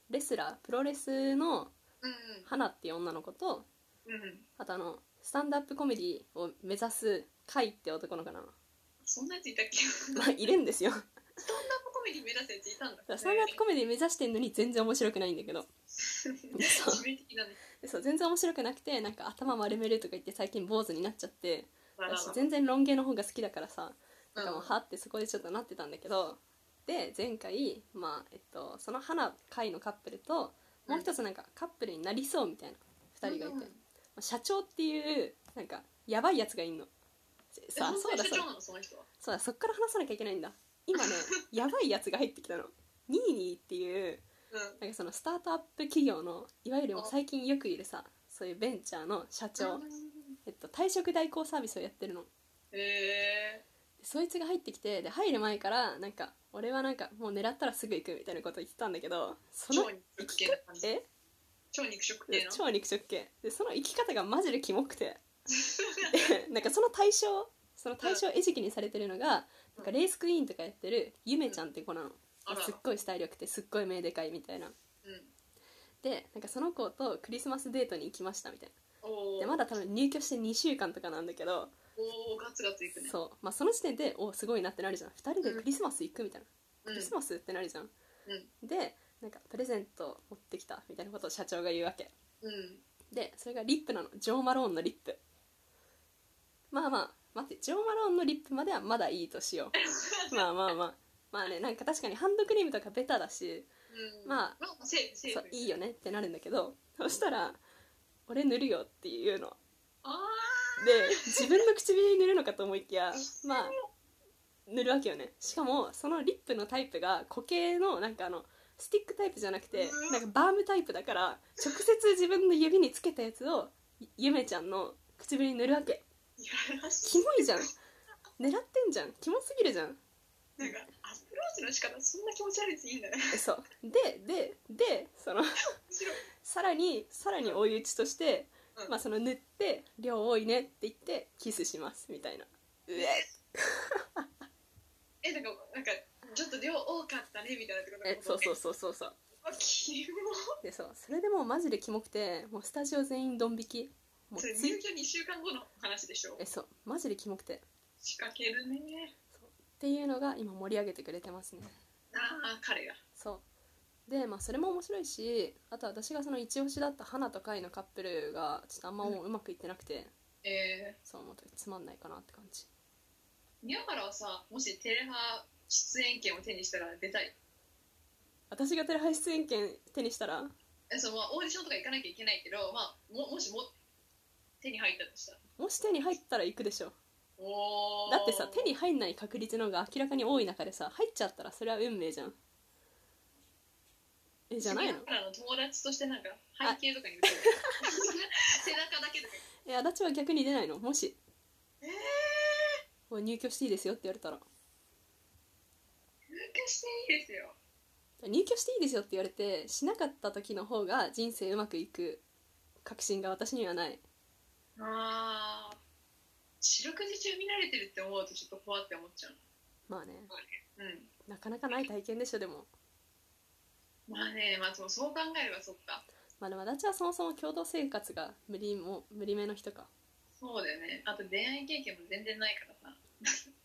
レスラープロレスのうん花っていう女の子とうんうんあとあのスタンダップコメディを目指すカイって男の子なの、そんなやつい たっけスタンダまあ、いるんですよップコメディ目指すやついたんだスタンダップコメディ目指してんのに全然面白くないんだけどメ 致命的だねでそう全然面白くなくてなんか頭丸めるとか言って最近坊主になっちゃってバナナ私全然ロン毛の方が好きだからさうなんんかもうはってそこでちょっとなってたんだけどで前回、まあえっと、その花会のカップルともう一つなんかカップルになりそうみたいな2人がいて、まあ社長っていうなんかやばいやつがいんのえさあそうだ本当そに社うだ長なのその人はそうだそっから話さなきゃいけないんだ今 ねやばいやつが入ってきたのニーニーっていううんなんかそのスタートアップ企業のいわゆるもう最近よくいるさそういうベンチャーの社長、えっと、退職代行サービスをやってるのへえでそいつが入ってきてで入る前からなんか俺はなんかもう狙ったらすぐ行くみたいなこと言ってたんだけどその超肉食系な感じえ超肉食系な超肉食系でその生き方がマジでキモく てでなんかその対象その対象餌食にされてるのがうなんんかレースクイーンとかやってるゆめちゃんって子なのあらすっごいスタイル良くてすっごい目でかいみたいなうんでなんかその子とクリスマスデートに行きましたみたいおなーでまだ多分入居して2週間とかなんだけどおーガツガツいくねそう、まあ、その時点でおすごいなってなるじゃん2人でクリスマス行くみたいな、うクんリスマスってなるじゃんうんでなんかプレゼント持ってきたみたいなことを社長が言うわけうんでそれがリップなのジョー・マローンのリップまあまあ待ってジョー・マローンのリップまではまだいいとしよう まあまあまあまあねなんか確かにハンドクリームとかベタだしうんまあまあセーフセーそうフいいよねってなるんだけどそしたら「俺塗るよ」っていうのあで自分の唇に塗るのかと思いきやまあ塗るわけよねしかもそのリップのタイプが固形のなんかあのスティックタイプじゃなくてうんなんかバームタイプだから直接自分の指につけたやつをゆゆめちゃんの唇に塗るわけーいやらしいキモいじゃん狙ってんじゃんキモすぎるじゃんなんかアプローチの仕方そんな気持ち悪いっていいんだねえそうでででその面白いさらにさらに追い打ちとして、うんまあ、その塗って「量多いね」って言ってキスしますみたいなうええなんかなんかちょっと量多かったねみたいなってことえそうそううそうそうそうキモでそうそれでもうマジでキモくてもうスタジオ全員ドン引きもうそれつい入居2週間後の話でしょえそうマジでキモくてっ仕掛けるねていうのが今盛り上げてくれてますねああ彼がそうでまあそれも面白いしあと私がその一押しだった花と海のカップルがちょっとあんまもううまくいってなくて、えそう思うとつまんないかなって感じー、宮原はさもしテレハ出演権を手にしたら出たい私がテレハ出演権手にしたらえそのまあオーディションとか行かなきゃいけないけど、まあ、ももしも手に入ったとしたらもし手に入ったら行くでしょおーだってさ手に入んない確率の方が明らかに多い中でさ入っちゃったらそれは運命じゃんえじゃないの宮原の友達としてなんか背景と かに背中だけとかえ足立は逆に出ないのもしえー、もう入居していいですよって言われたら入居していいですよ入居していいですよって言われてしなかった時の方が人生うまくいく確信が私にはないああ四六時中見られてるって思うとちょっと怖って思っちゃうまあねうんなかなかない体験でしょでもまあねまあそうそう考えればそっかまあでも足立はそもそも共同生活が無理も無理めの人かそうだよねあと恋愛経験も全然ないからさ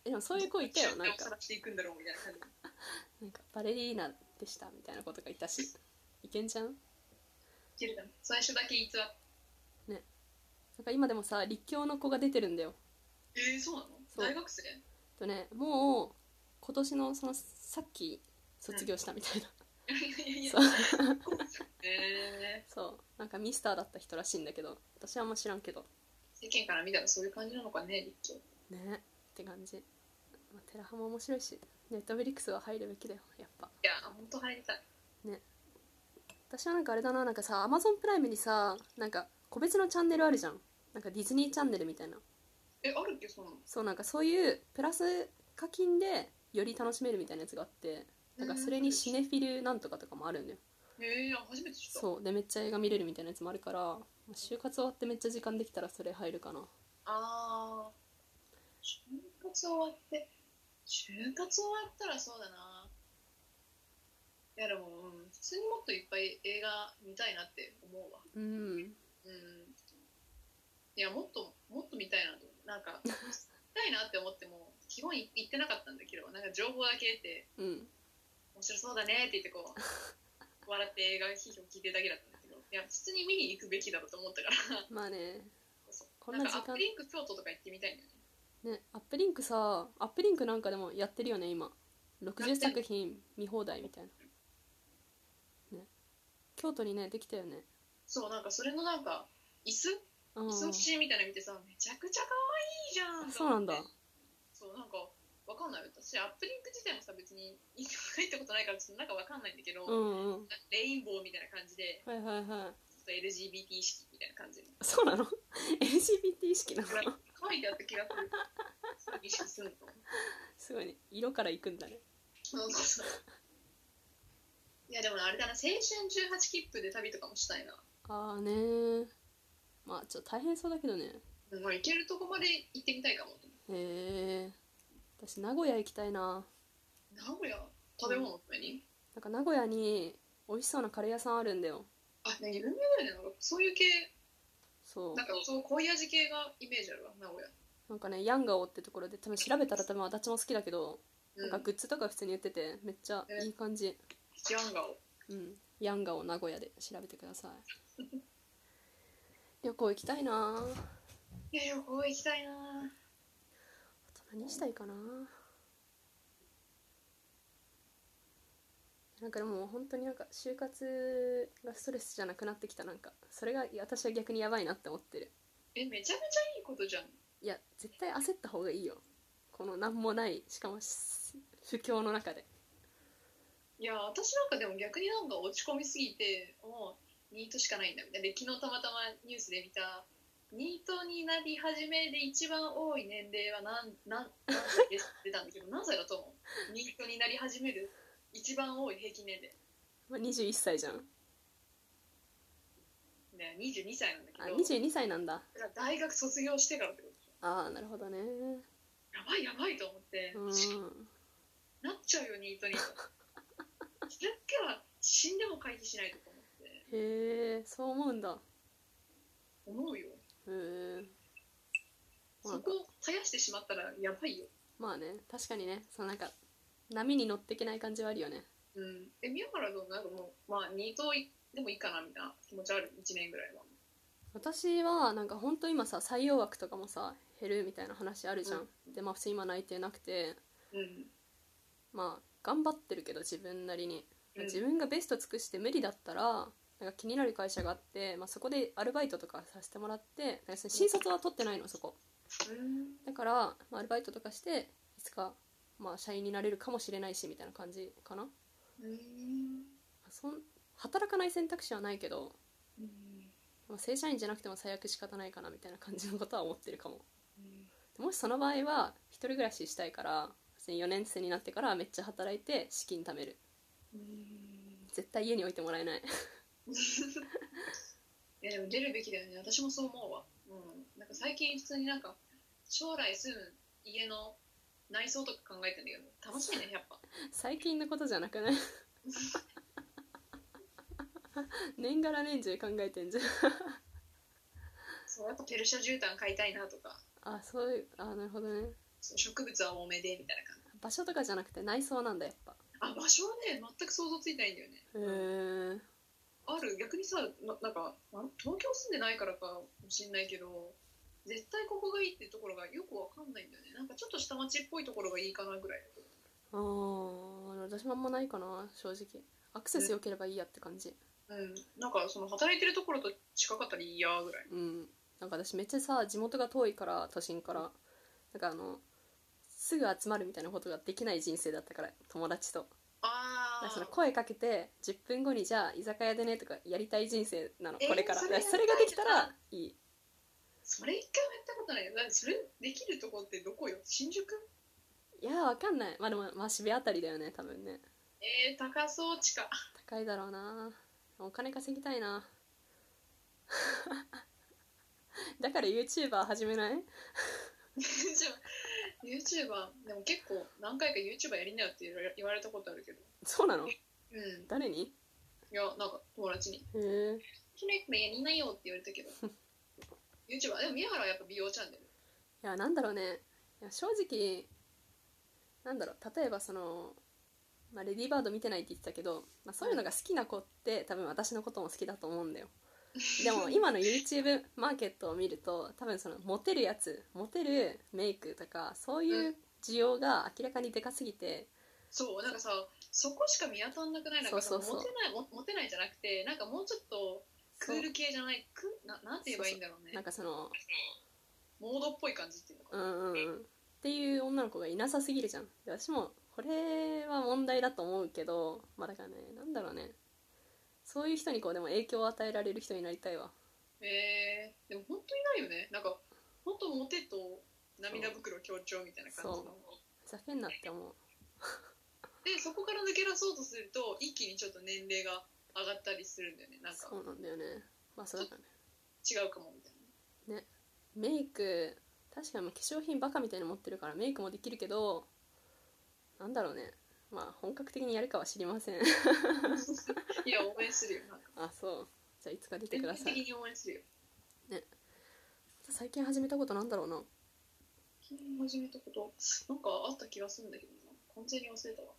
えでもそういう 子いたよなんどうやっておかさらしていくんだろうみたいな感じなんかバレリーナでしたみたいなことがいたしいけんじゃんいけるかな最初だけ偽ってなんか今でもさ立教の子が出てるんだよえー、そうなのそう大学生とねもう今年のそのさっき卒業したみたいな、いやいやいやそうえそうなんかミスターだった人らしいんだけど私はあんま知らんけどー、世間から見たらそういう感じなのかね立教ねって感じ、まあ、テラハも面白いしネットフリックスは入るべきだよやっぱいや本当入りたい私はなんかあれだななんかさアマゾンプライムにさなんか個別のチャンネルあるじゃんなんかディズニーチャンネルみたいなえあるっけそんなのそうなんかそういうプラス課金でより楽しめるみたいなやつがあってなんかそれにシネフィルなんとかとかもあるんだよえー、あ初めて知ったそうでめっちゃ映画見れるみたいなやつもあるからまあ就活終わってめっちゃ時間できたらそれ入るかなああ就活終わって就活終わったらそうだないやでも、うん、普通にもっといっぱい映画見たいなって思うわうんうんいやもっともっと見たいなと思うなんか見たいなって思っても基本い行ってなかったんだけどなんか情報だけ得てうん面白そうだねって言ってこう笑って映画批評聞いてるだけだったんだけどいや普通に見に行くべきだろうと思ったからまあねそうこんな時間なんかアップリンク京都とか行ってみたいんだよねねアップリンクさアップリンクなんかでもやってるよね今や60ってる作品見放題みたいなね京都にねできたよねそうなんかそれのなんか椅子うん椅子のあ写真みたいなの見てさめちゃくちゃ可愛いじゃんそうなんだと思ってそうなんかわかんない私アップリンク自体もさ別に入ったことないからちょっとなんかわかんないんだけど、うんうんレインボーみたいな感じではいはいはいちょっと LGBT 意識みたいな感じでそうなの LGBT 意識なの書いてあった気がするそう意識するのかもすごいね色からいくんだねそうそうそういやでもあれだな青春18切符で旅とかもしたいな、ああねーまあちょっと大変そうだけどねうんまあ、行けるとこまで行ってみたいかもへえ私名古屋行きたいな名古屋食べ物って何、なんか名古屋に美味しそうなカレー屋さんあるんだよあね有名だよねなんかそういう系そうなんかそう濃い味系がイメージあるわ名古屋なんかねヤンガオってところで多分調べたら多分足立も好きだけど、うなんんかグッズとか普通に売っててめっちゃいい感じ、ヤンガオうんヤンガオ名古屋で調べてください 旅行行きたいなあいや旅行行きたいなと何したいかななんかでも本当になんか就活がストレスじゃなくなってきたなんかそれが私は逆にやばいなって思ってるえめちゃめちゃいいことじゃんいや絶対焦った方がいいよこの何もないしかもし不況の中でいや私なんかでも逆になんか落ち込みすぎてもうニートしかないんだみたいなで昨日たまたまニュースで見たニートになり始めで一番多い年齢は何何何歳ですって出たんだけど何歳だと思うニートになり始める一番多い平均年齢まあ、21歳じゃんね22歳なんだあけど22歳なんだだから大学卒業してからってことああなるほどねやばいやばいと思って、うんなっちゃうよニートにそれだけは死んでも回避しないとと思ってへえそう思うんだ思うよへえまあそこを絶やしてしまったらやばいよまあね確かにねそのなんか波に乗ってけない感じはあるよねうんえ宮原どうなんかもうまあニートでもいいかなみたいな気持ちある1年ぐらいは私はなんか本当今さ採用枠とかもさ減るみたいな話あるじゃん、うんでまあ普通今内定なくてうんまあ頑張ってるけど自分なりに、うん自分がベスト尽くして無理だったらなんか気になる会社があって、まあ、そこでアルバイトとかさせてもらってなんかその新卒は取ってないのそこうんだから、まあ、アルバイトとかしていつか、まあ、社員になれるかもしれないしみたいな感じかなうんそん働かない選択肢はないけど、うんまあ、正社員じゃなくても最悪仕方ないかなみたいな感じのことは思ってるかももしその場合は一人暮らししたいから別に4年生になってからめっちゃ働いて資金貯めるうん絶対家に置いてもらえない いやでも出るべきだよね私もそう思うわ、うん、なんか最近普通になんか将来住む家の内装とか考えてんだけど楽しみねやっぱ最近のことじゃなくない 年がら年中考えてんじゃんそうやっぱペルシャ絨毯買いたいなとかあそういうあなるほどねそう植物は多めでみたいな感じ場所とかじゃなくて内装なんだやっぱあ場所はね全く想像ついてないんだよね、へえある逆にさななんかあ東京住んでないからかもしんないけど絶対ここがいいってところがよくわかんないんだよねなんかちょっと下町っぽいところがいいかなぐらいあー私もあんまないかな正直アクセス良ければいいやって感じうんなんかその働いてるところと近かったらいいやぐらいうんなんか私めっちゃさ地元が遠いから都心からなんかあのすぐ集まるみたいなことができない人生だったから友達とだあかあらその声かけて10分後にじゃあ居酒屋でねとかやりたい人生なのえーこれから、そだれからそれができたらいいそれ一回もやったことないよだってそれできるとこってどこよ新宿いやーわかんないまあでもまあ渋谷あたりだよね多分ねえー、高そう地下高いだろうなお金稼ぎたいな だから YouTuber 始めない YouTuber でも結構何回か YouTuber やりなよって言われ言われたことあるけどそうなのうんい誰にやなんか友達にへえ「ひろゆきもやりなよ」って言われ たけど YouTuber でも宮原はやっぱ美容チャンネルいやなんだろうねいや正直なんだろう例えばその、まあ、レディーバード見てないって言ってたけど、まあ、そういうのが好きな子って多分私のことも好きだと思うんだ よでも今の YouTube マーケットを見ると多分そのモテるやつモテるメイクとかそういう需要が明らかにでかすぎてそうなんかさそこしか見当たんなくないなんかさそうそうそうモテないモモテないじゃなくてなんかもうちょっとクそうール系じゃないクななんて言えばいいんだろうねなんかそのモードっぽい感じっていうのかうな、んうんうんっていう女の子がいなさすぎるじゃんで私もこれは問題だと思うけどまあだからねなんだろうねそういう人にこうでも影響を与えられる人になりたいわえー、でも本当にないよねなんか本当モテと涙袋強調みたいな感じのそうふざけんなって思でそこから抜け出そうとすると一気にちょっと年齢が上がったりするんだよねなうんかそうなんだよねまあそうだね違うかもみたいメイク確かにもう化粧品バカみたいに持ってるからメイクもできるけどなんだろうねまあ本格的にやるかは知りません ないや応援するよなんかあそうじゃあいつか出て全く面ださ 的いに応援するよ最近始めたことなんだろうな昨日始めたことなんかあった気がするんだけどな完全に忘れたわ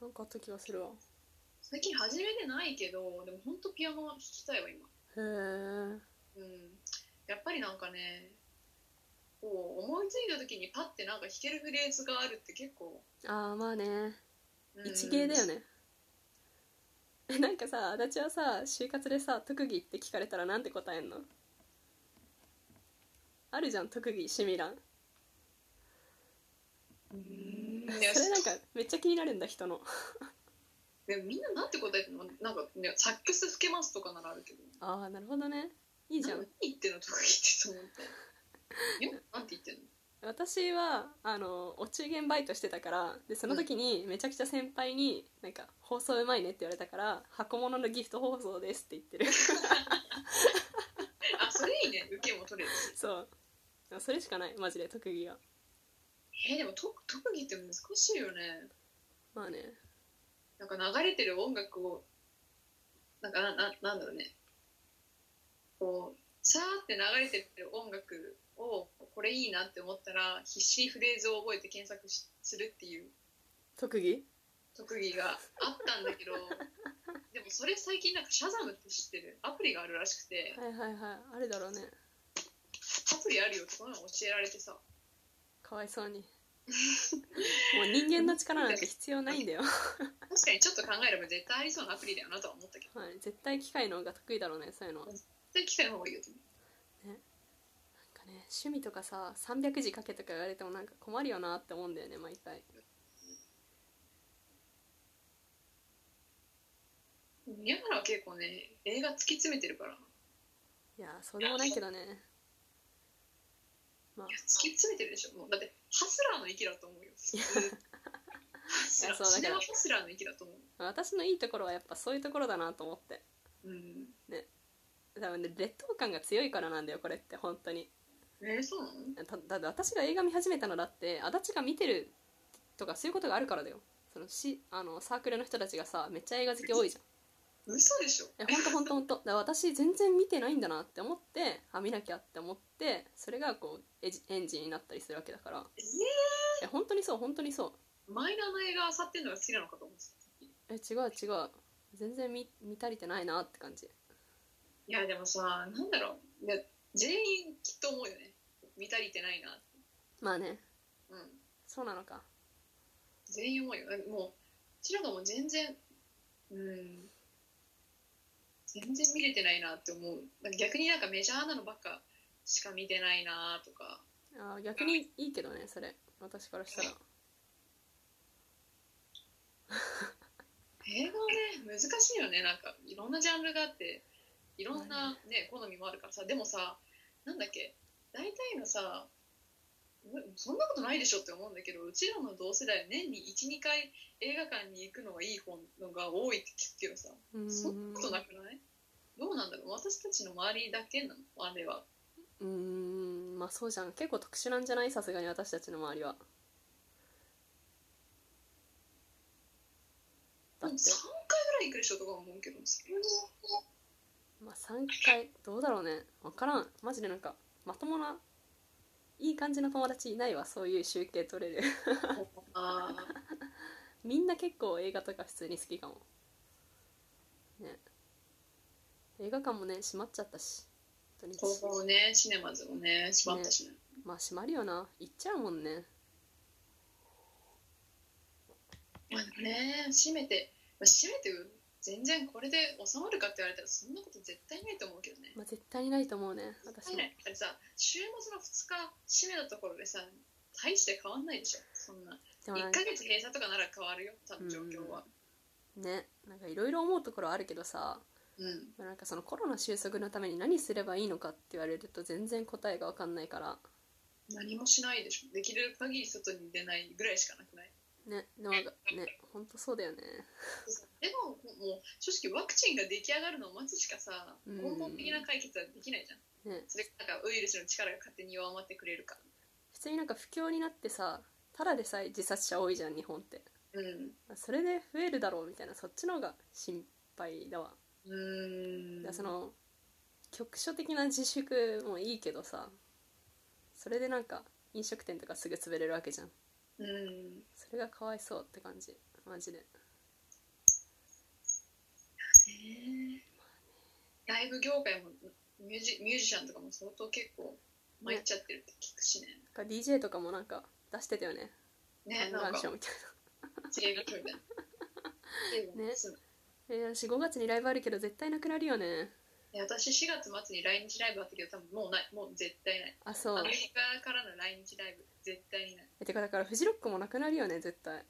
なんかあった気がするわ最近始めてないけどでも本当ピアノは弾きたいわ今へえうんやっぱりなんかねこう思いついた時にパッてなんか弾けるフレーズがあるって結構、ああまあねうん一芸だよね、えなんかさ足立はさ就活でさ特技って聞かれたらなんて答えんのあるじゃん特技趣味欄うんいやそれなんかめっちゃ気になるんだ人のでもみんななんて答えてんのなんか、ね、サックス吹けますとかならあるけどああなるほどねいいじゃん何言ってんのとか言ってと思ってよなんて言ってんの私はあのお中元バイトしてたからでその時にめちゃくちゃ先輩に「なんか放送うまいね」って言われたから「箱物のギフト放送です」って言ってる あそれいいね受けも取れるしそうでもそれしかないマジで特技がえーでもと特技って難しいよねまあねなんか流れてる音楽をなんかなななんだろうねこうさーって流れてる音楽をこれいいなって思ったら必死にフレーズを覚えて検索しするっていう特技特技があったんだけ どでもそれ最近なんかシャザムって知ってるアプリがあるらしくてはいはいはいあるだろうねアプリあるよってこの前教えられてさかわいそうにもう人間の力なんて必要ないんだよ、確かにちょっと考えれば絶対ありそうなアプリだよなとは思ったけどはい、絶対機械の方が得意だろうねそういうのなんかそれ機械の方がいいよと思うね趣味とかさ300字書けとか言われてもなんか困るよなって思うんだよね毎回宮原は結構ね映画突き詰めてるからいいやーそうでもないけどねまあや突き詰めてるでしょもうだってハスラーの息だと思うよ普通ハスラいーやそうだシけネどマハスラーの息だと思私のいいところはやっぱそういうところだなと思ってううん多分ね劣等感が強いからなんだよこれって本当にえー、そうなのただって私が映画見始めたのだって足立が見てるとかそういうことがあるからだよそのしあのサークルの人たちがさめっちゃ映画好き多いじゃん嘘でしょえ本当本当本当だから私全然見てないんだなって思ってあ見なきゃって思ってそれがこうエジエンジンになったりするわけだからええ本当にそう本当にそうー、マイナーな映画あさってんのが好きなのかと思ってたえ違う違う全然見見足りてないなって感じいやでもさなんだろういや全員きっと思うよね見たりてないなってまあねうんそうなのか全員思うよえもううちらがもう全然うん全然見れてないなって思うなんか逆になんかメジャーなのばっかしか見てないなとかあー逆にいいけどねそれ私からしたら映画はね難しいよねなんかいろんなジャンルがあっていろんな、ね、好みもあるからさでもさなんだっけ大体のさむそんなことないでしょって思うんだけどうちらの同世代は年に12回映画館に行くのがいい方のが多いって聞くけどさうーんそんなことなくないどうなんだろう私たちの周りだけなのあれはうーんまあそうじゃん結構特殊なんじゃないさすがに私たちの周りはだでっも3て回ぐらい行くでしょとか思うけどそれはまあ3回どうだろうね分からんマジでなんかまともないい感じの友達いないわそういう集計取れる あみんな結構映画とか普通に好きかもね映画館もね閉まっちゃったし土日高校ねシネマズもね閉まったしねまあ閉まるよな行っちゃうもんねまあね閉めて、まあ、閉めて全然これで収まるかって言われたらそんなこと絶対ないと思うけどね。まあ絶対にないと思うね私入もらないだってさ週末の2日閉めたところでさ大して変わんないでしょそんなでもな1んかヶ月閉鎖とかなら変わるよ多分状況は。ねなんかいろいろ思うところあるけどさうんなんかそのコロナ収束のために何すればいいのかって言われると全然答えが分かんないから何もしないでしょできる限り外に出ないぐらいしかなくないねでもなんかねほんとそうだよねでももう正直ワクチンが出来上がるのを待つしかさうん根本的な解決はできないじゃんねそれかなんかウイルスの力が勝手に弱まってくれるか普通になんか不況になってさただでさえ自殺者多いじゃん日本ってうんそれで増えるだろうみたいなそっちの方が心配だわ、うーんだからその局所的な自粛もいいけどさそれでなんか飲食店とかすぐ潰れるわけじゃんうんそれがかわいそうって感じマジでライブ業界もミュージミュージシャンとかも相当結構参っちゃってるって聞くしね。なんか DJ とかもなんか出してたよねね、観な覧んか賞みたい違いが来るみたいな。ねそうなえー私5月にライブあるけど絶対なくなるよねで私4月末に来日ライブあったけど多分もうないもう絶対ないあそうアメリカからの来日ライブ絶対にないえてかだからフジロックもなくなるよね絶対よ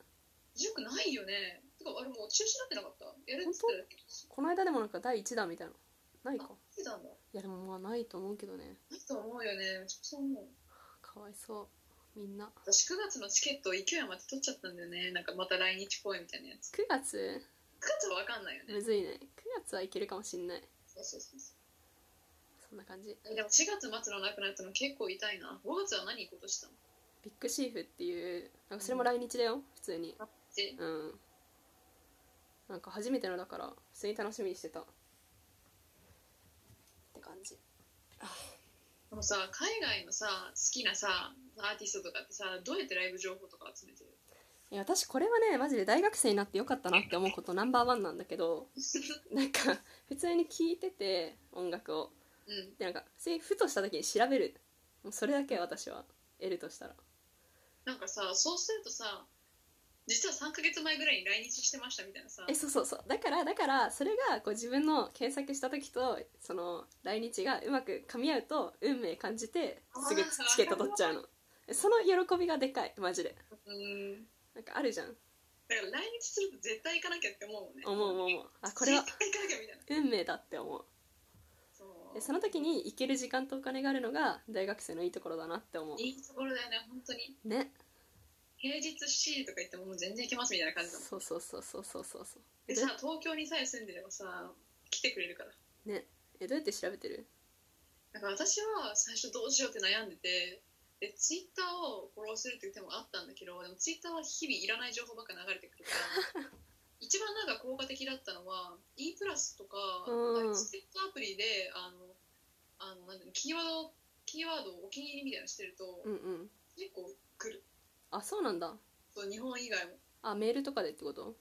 くないよねてかあれもう中止になってなかったやるっつったらこの間でもなんか第1弾みたいなのないかあしてたんだいやでもまあないと思うけどねいいと思うよねめちゃくちゃ思うかわいそうみんな私9月のチケットを勢い余って取っちゃったんだよねなんかまた来日公演みたいなやつ9月9月は分かんないよねむずいね9月はいけるかもしんないそうそうそうそそんな感じうでも4月末のなくなったの結構痛いな5月は何行こうとしたのビッグシーフっていうなんかそれも来日だよ普通にでうんなんか初めてのだから普通に楽しみにしてたって感じでもさ海外のさ好きなさアーティストとかってさどうやってライブ情報とか集めてるいや私これはねマジで大学生になってよかったなって思うことナンバーワンなんだけどなんか普通に聴いてて音楽をうんでなんか普通にふとした時に調べるもうそれだけ私は得るとしたらなんかさそうするとさ実は3ヶ月前ぐらいに来日してましたみたいなさえそうそうそうだからだからそれがこう自分の検索した時とその来日がうまく噛み合うと運命感じてすぐあーチケット取っちゃうのえその喜びがでかいマジでうんなんかあるじゃんだから来日すると絶対行かなきゃって思うもんね思う思う思うあこれは絶対行かなきゃみたいな運命だって思うそうでその時に行ける時間とお金があるのが大学生のいいところだなって思いいところだよね本当にうね平日 C とか言ってももう全然行けますみたいな感じだもんそうそうそうそうそうそうそうでさ東京にさえ住んでればさ来てくれるからねえどうやって調べてるだから私は最初どうしようって悩んでてでツイッターをフォローするっていう手もあったんだけどでもツイッターは日々いらない情報ばっか流れてくるから 一番なんか効果的だったのは E プラスとかうんツイッターアプリであのあのなんていうのキーワードキーワードをお気に入りみたいなのしてると、うんうん結構来るあそうなんだそう日本以外もあメールとかでってこと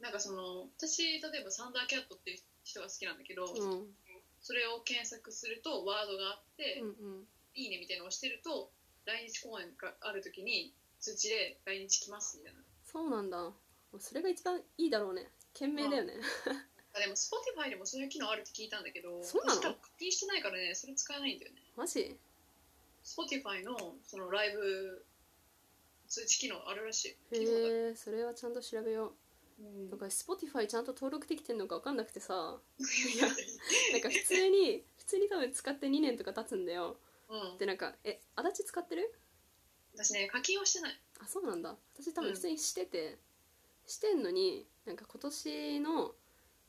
なんかその私例えばサンダーキャットっていう人が好きなんだけど、うんうんそれを検索するとワードがあって、うんいいねみたいなのをしてると来日公演がある時に通知で来日来ますみたいなそうなんだもうそれが一番いいだろうね賢明だよねあでも Spotify でもそういう機能あるって聞いたんだけどそうなの確か課金してないからねそれ使えないんだよねマジ Spotify のそのライブ通知機能あるらしいへ聞いたことあるえそれはちゃんと調べようんうなんか Spotify ちゃんと登録できてんのか分かんなくてさいやなんか普通に 普通に多分使って2年とか経つんだようんでなんかえ足立使ってる私ね課金はしてないあそうなんだ私多う分ん普通にしてて、してんのになんか今年の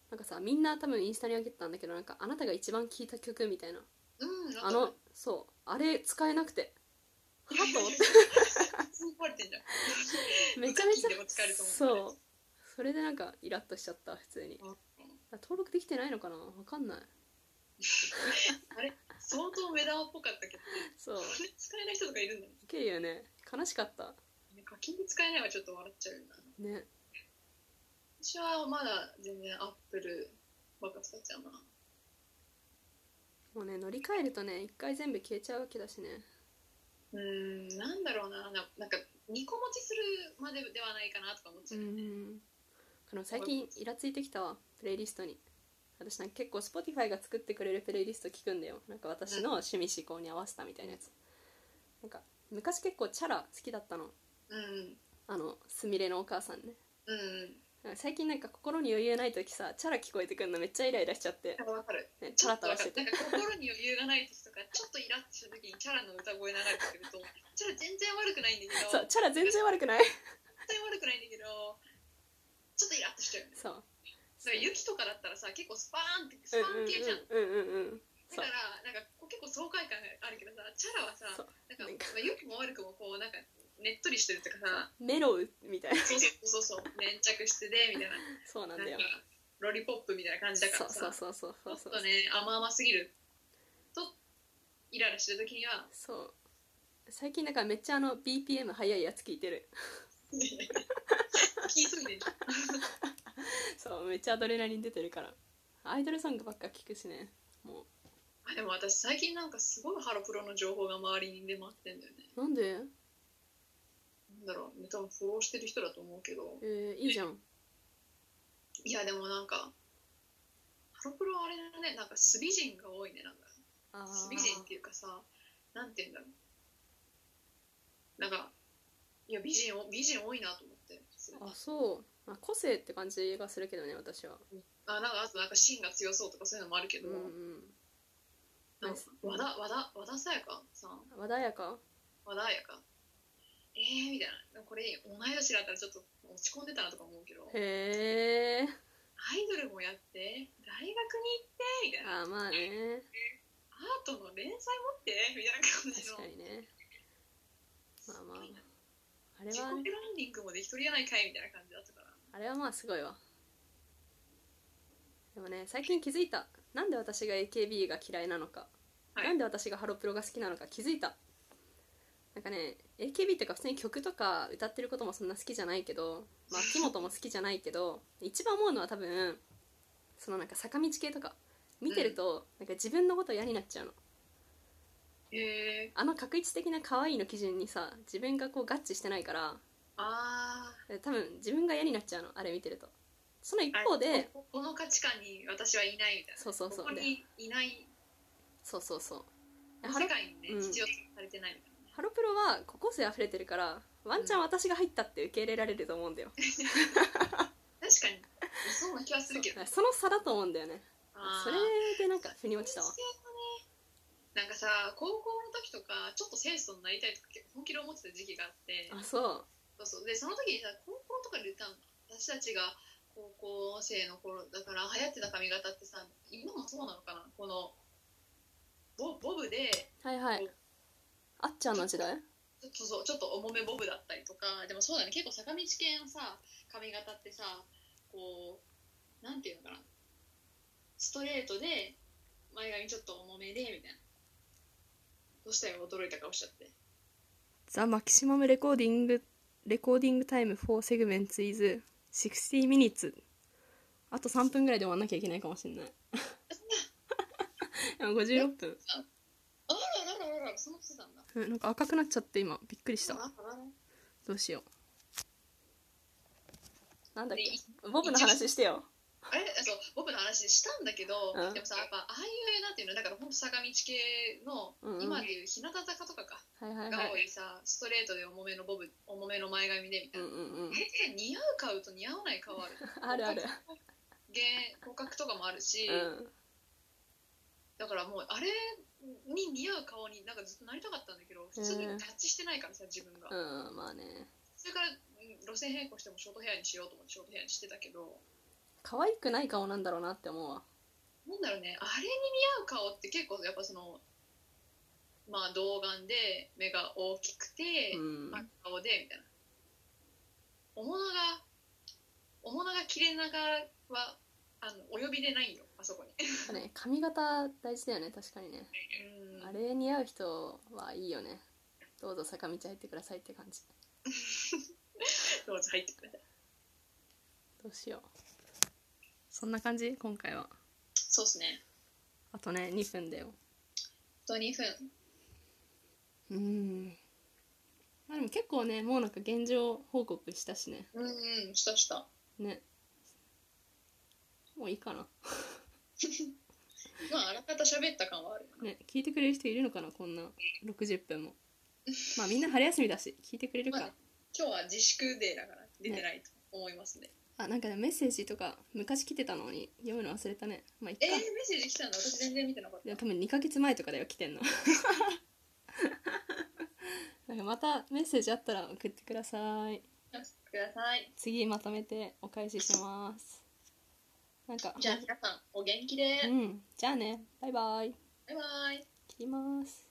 なんかさみんな多分インスタに上げてたんだけどなんかあなたが一番聴いた曲みたいなうんあなんのかそうあれ使えなくてはっと 思ってすごい壊れてんじゃんめちゃめちゃ無課金でも使えると思うそうそれでなんかイラッとしちゃった普通にうん登録できてないのかなわかんない相当目玉っぽかったけどそうこれ使えない人とかいるんだねいけるよね悲しかった課金で使えないはちょっと笑っちゃうよなね私はまだ全然アップルばっか使っちゃうなもうね乗り換えるとね一回全部消えちゃうわけだしねうーんなんだろうなななんか2個持ちするまでではないかなとか思っちうゃう、んあの最近イラついてきたわプレイリストに私なんか結構 Spotify が作ってくれるプレイリスト聞くんだよなんか私の趣味思考に合わせたみたいなやつなんか昔結構チャラ好きだったのうんあのすみれのお母さんねうんなんか最近なんか心に余裕ない時さチャラ聞こえてくるのめっちゃイライラしちゃってなんかわかるねチちャょラっタとラわしかててるなんか心に余裕がない時とかちょっとイラッとした時にチャラの歌声流れてくるとチャラ全然悪くないんだけどそうチャラ全然悪くない全然悪くないんだけどちょっとイラッとしちゃうよねそうだから雪とかだったらさ結構スパーンってスうんパーンって言うじゃんうんうんうんうんだからなんかこう結構爽快感があるけどさチャラはさそうなんか、なんかまあ、良くも悪くもこうなんかねっとりしてるっていうかさメロウみたいなそうそうそうそう粘着質でみたいなそうなんなんだかよロリポップみたいな感じだかそらうさそうそうそうそうちそょうっとね甘々すぎるとイライラしてる時には そう最近だからめっちゃあの BPM 速いやつ聞いてる気急いでんじゃんそうめっちゃアドレナリン出てるからアイドルソングばっか聞くしねもあでも私最近なんかすごいハロプロの情報が周りに出回ってんだよねうなんでなんだろうね多分フォローしてる人だと思うけどえー、いいじゃんいやでもなんかハロプロあれだねなんか素美人が多いねなんかあ素美人っていうかさなんて言うんだろうなんかいや美人お美人多いなと思って普通にあそう、まあ、個性って感じがするけどね私はあなんかあとなんか芯が強そうとかそういうのもあるけうど、んうんなんか和田和田和田さやかさん和田彩香和田やかえー、みたいなでもこれ同い年だったらちょっと落ち込んでたなとか思うけどアイへえドルもやって大学に行ってみたあいなーまあねアートの連載持ってみたいな感じ確かのにねまあまあすごいなあれ自は己ねブランディングもできとりやないかいみたいな感じだったからあれはまあすごいわでもね最近気づいたなんで私が AKB が嫌いなのか、はいなんで私がハロプロが好きなのか気づいたなんかね AKB っていうか普通に曲とか歌ってることもそんな好きじゃないけど まあ秋元も好きじゃないけど一番思うのは多分そのなんか坂道系とか見てると、なんか自分のこと嫌になっちゃうのへえあの確一的な可愛いの基準にさ自分がこう合致してないからあーえ多分自分が嫌になっちゃうのあれ見てるとその一方でここの価値観に私はいないみたいなそうそうそうここにいないそうそうそうこのハロ世界にねうん必要とされてないみたいな、ハロプロは個性溢れてるからワンチャン私が入ったって受け入れられると思うんだよ、確かにそうな気はするけどその差だと思うんだよねあーそれでなんか腑に落ちたわ先生もねなんかさ高校の時とかちょっと清楚になりたいとか結構本気で思ってた時期があってあそうそうそうでその時にさ高校とかで言ったの私たちが高校生の頃だから流行ってた髪型ってさ今もそうなのかなこのボボブではいはいあっちゃんの時代ちょっとそうちょっと重めボブだったりとかでもそうだね結構坂道系のさ髪型ってさこうなんていうのかなストレートで前髪ちょっと重めでみたいなどうしたよ驚いた顔しちゃってザ・マキシマムレコーディングレコーディングタイム4セグメンツイズ60 minutes あと3分ぐらいで終わんなきゃいけないかもしん ないでも56分あらららららそのしてたんだうんなんか赤くなっちゃって今びっくりしあたらららどうしようなんだっでいけボブの話してよあれそう僕の話したんだけど、うんでもさやっぱああいうなんていうのだから本当坂道系の、うんうん今でいう日向坂とかか、はいはいはが多いいさストレートで重めのボブ重めの前髪でみたうんうんうんいな、大体似合う顔と似合わない顔ある あるある原骨格とかもあるし、うんだからもうあれに似合う顔になんかずっとなりたかったんだけど普通にへえタッチしてないからさ自分が、うんまあねそれからうん路線変更してもショートヘアにしようと思ってショートヘアにしてたけど可愛くない顔なんだろうなって思うわなんだろうねあれに似合う顔って結構やっぱそのまあ童顔で目が大きくてう、ん真っ顔でみたいなおものがおものが切れながらはあのお呼びでないよあそこにね髪型大事だよね確かにねうんあれ似合う人はいいよねどうぞ坂道入ってくださいって感じどうぞ入ってくださいどうしようそんな感じ今回はそうっすねあとね2分だよあと2分うんまあでも結構ねもうなんか現状報告したしねうんうんしたしたねもういいかなまああらかた喋った感はあるね聞いてくれる人いるのかなこんな60分もまあみんな春休みだし聞いてくれるまあかね今日は自粛デーだから出てないと思いますねあなんかねメッセージとか昔来てたのに読むの忘れたねまあいっかえー、メッセージ来たんだ私全然見てなかったでも多分2ヶ月前とかだよ来てんの なんかまたメッセージあったら送ってくださいください次まとめてお返ししますなんかじゃあ皆さんお元気で、うんじゃあねバイバイバイバイ切ります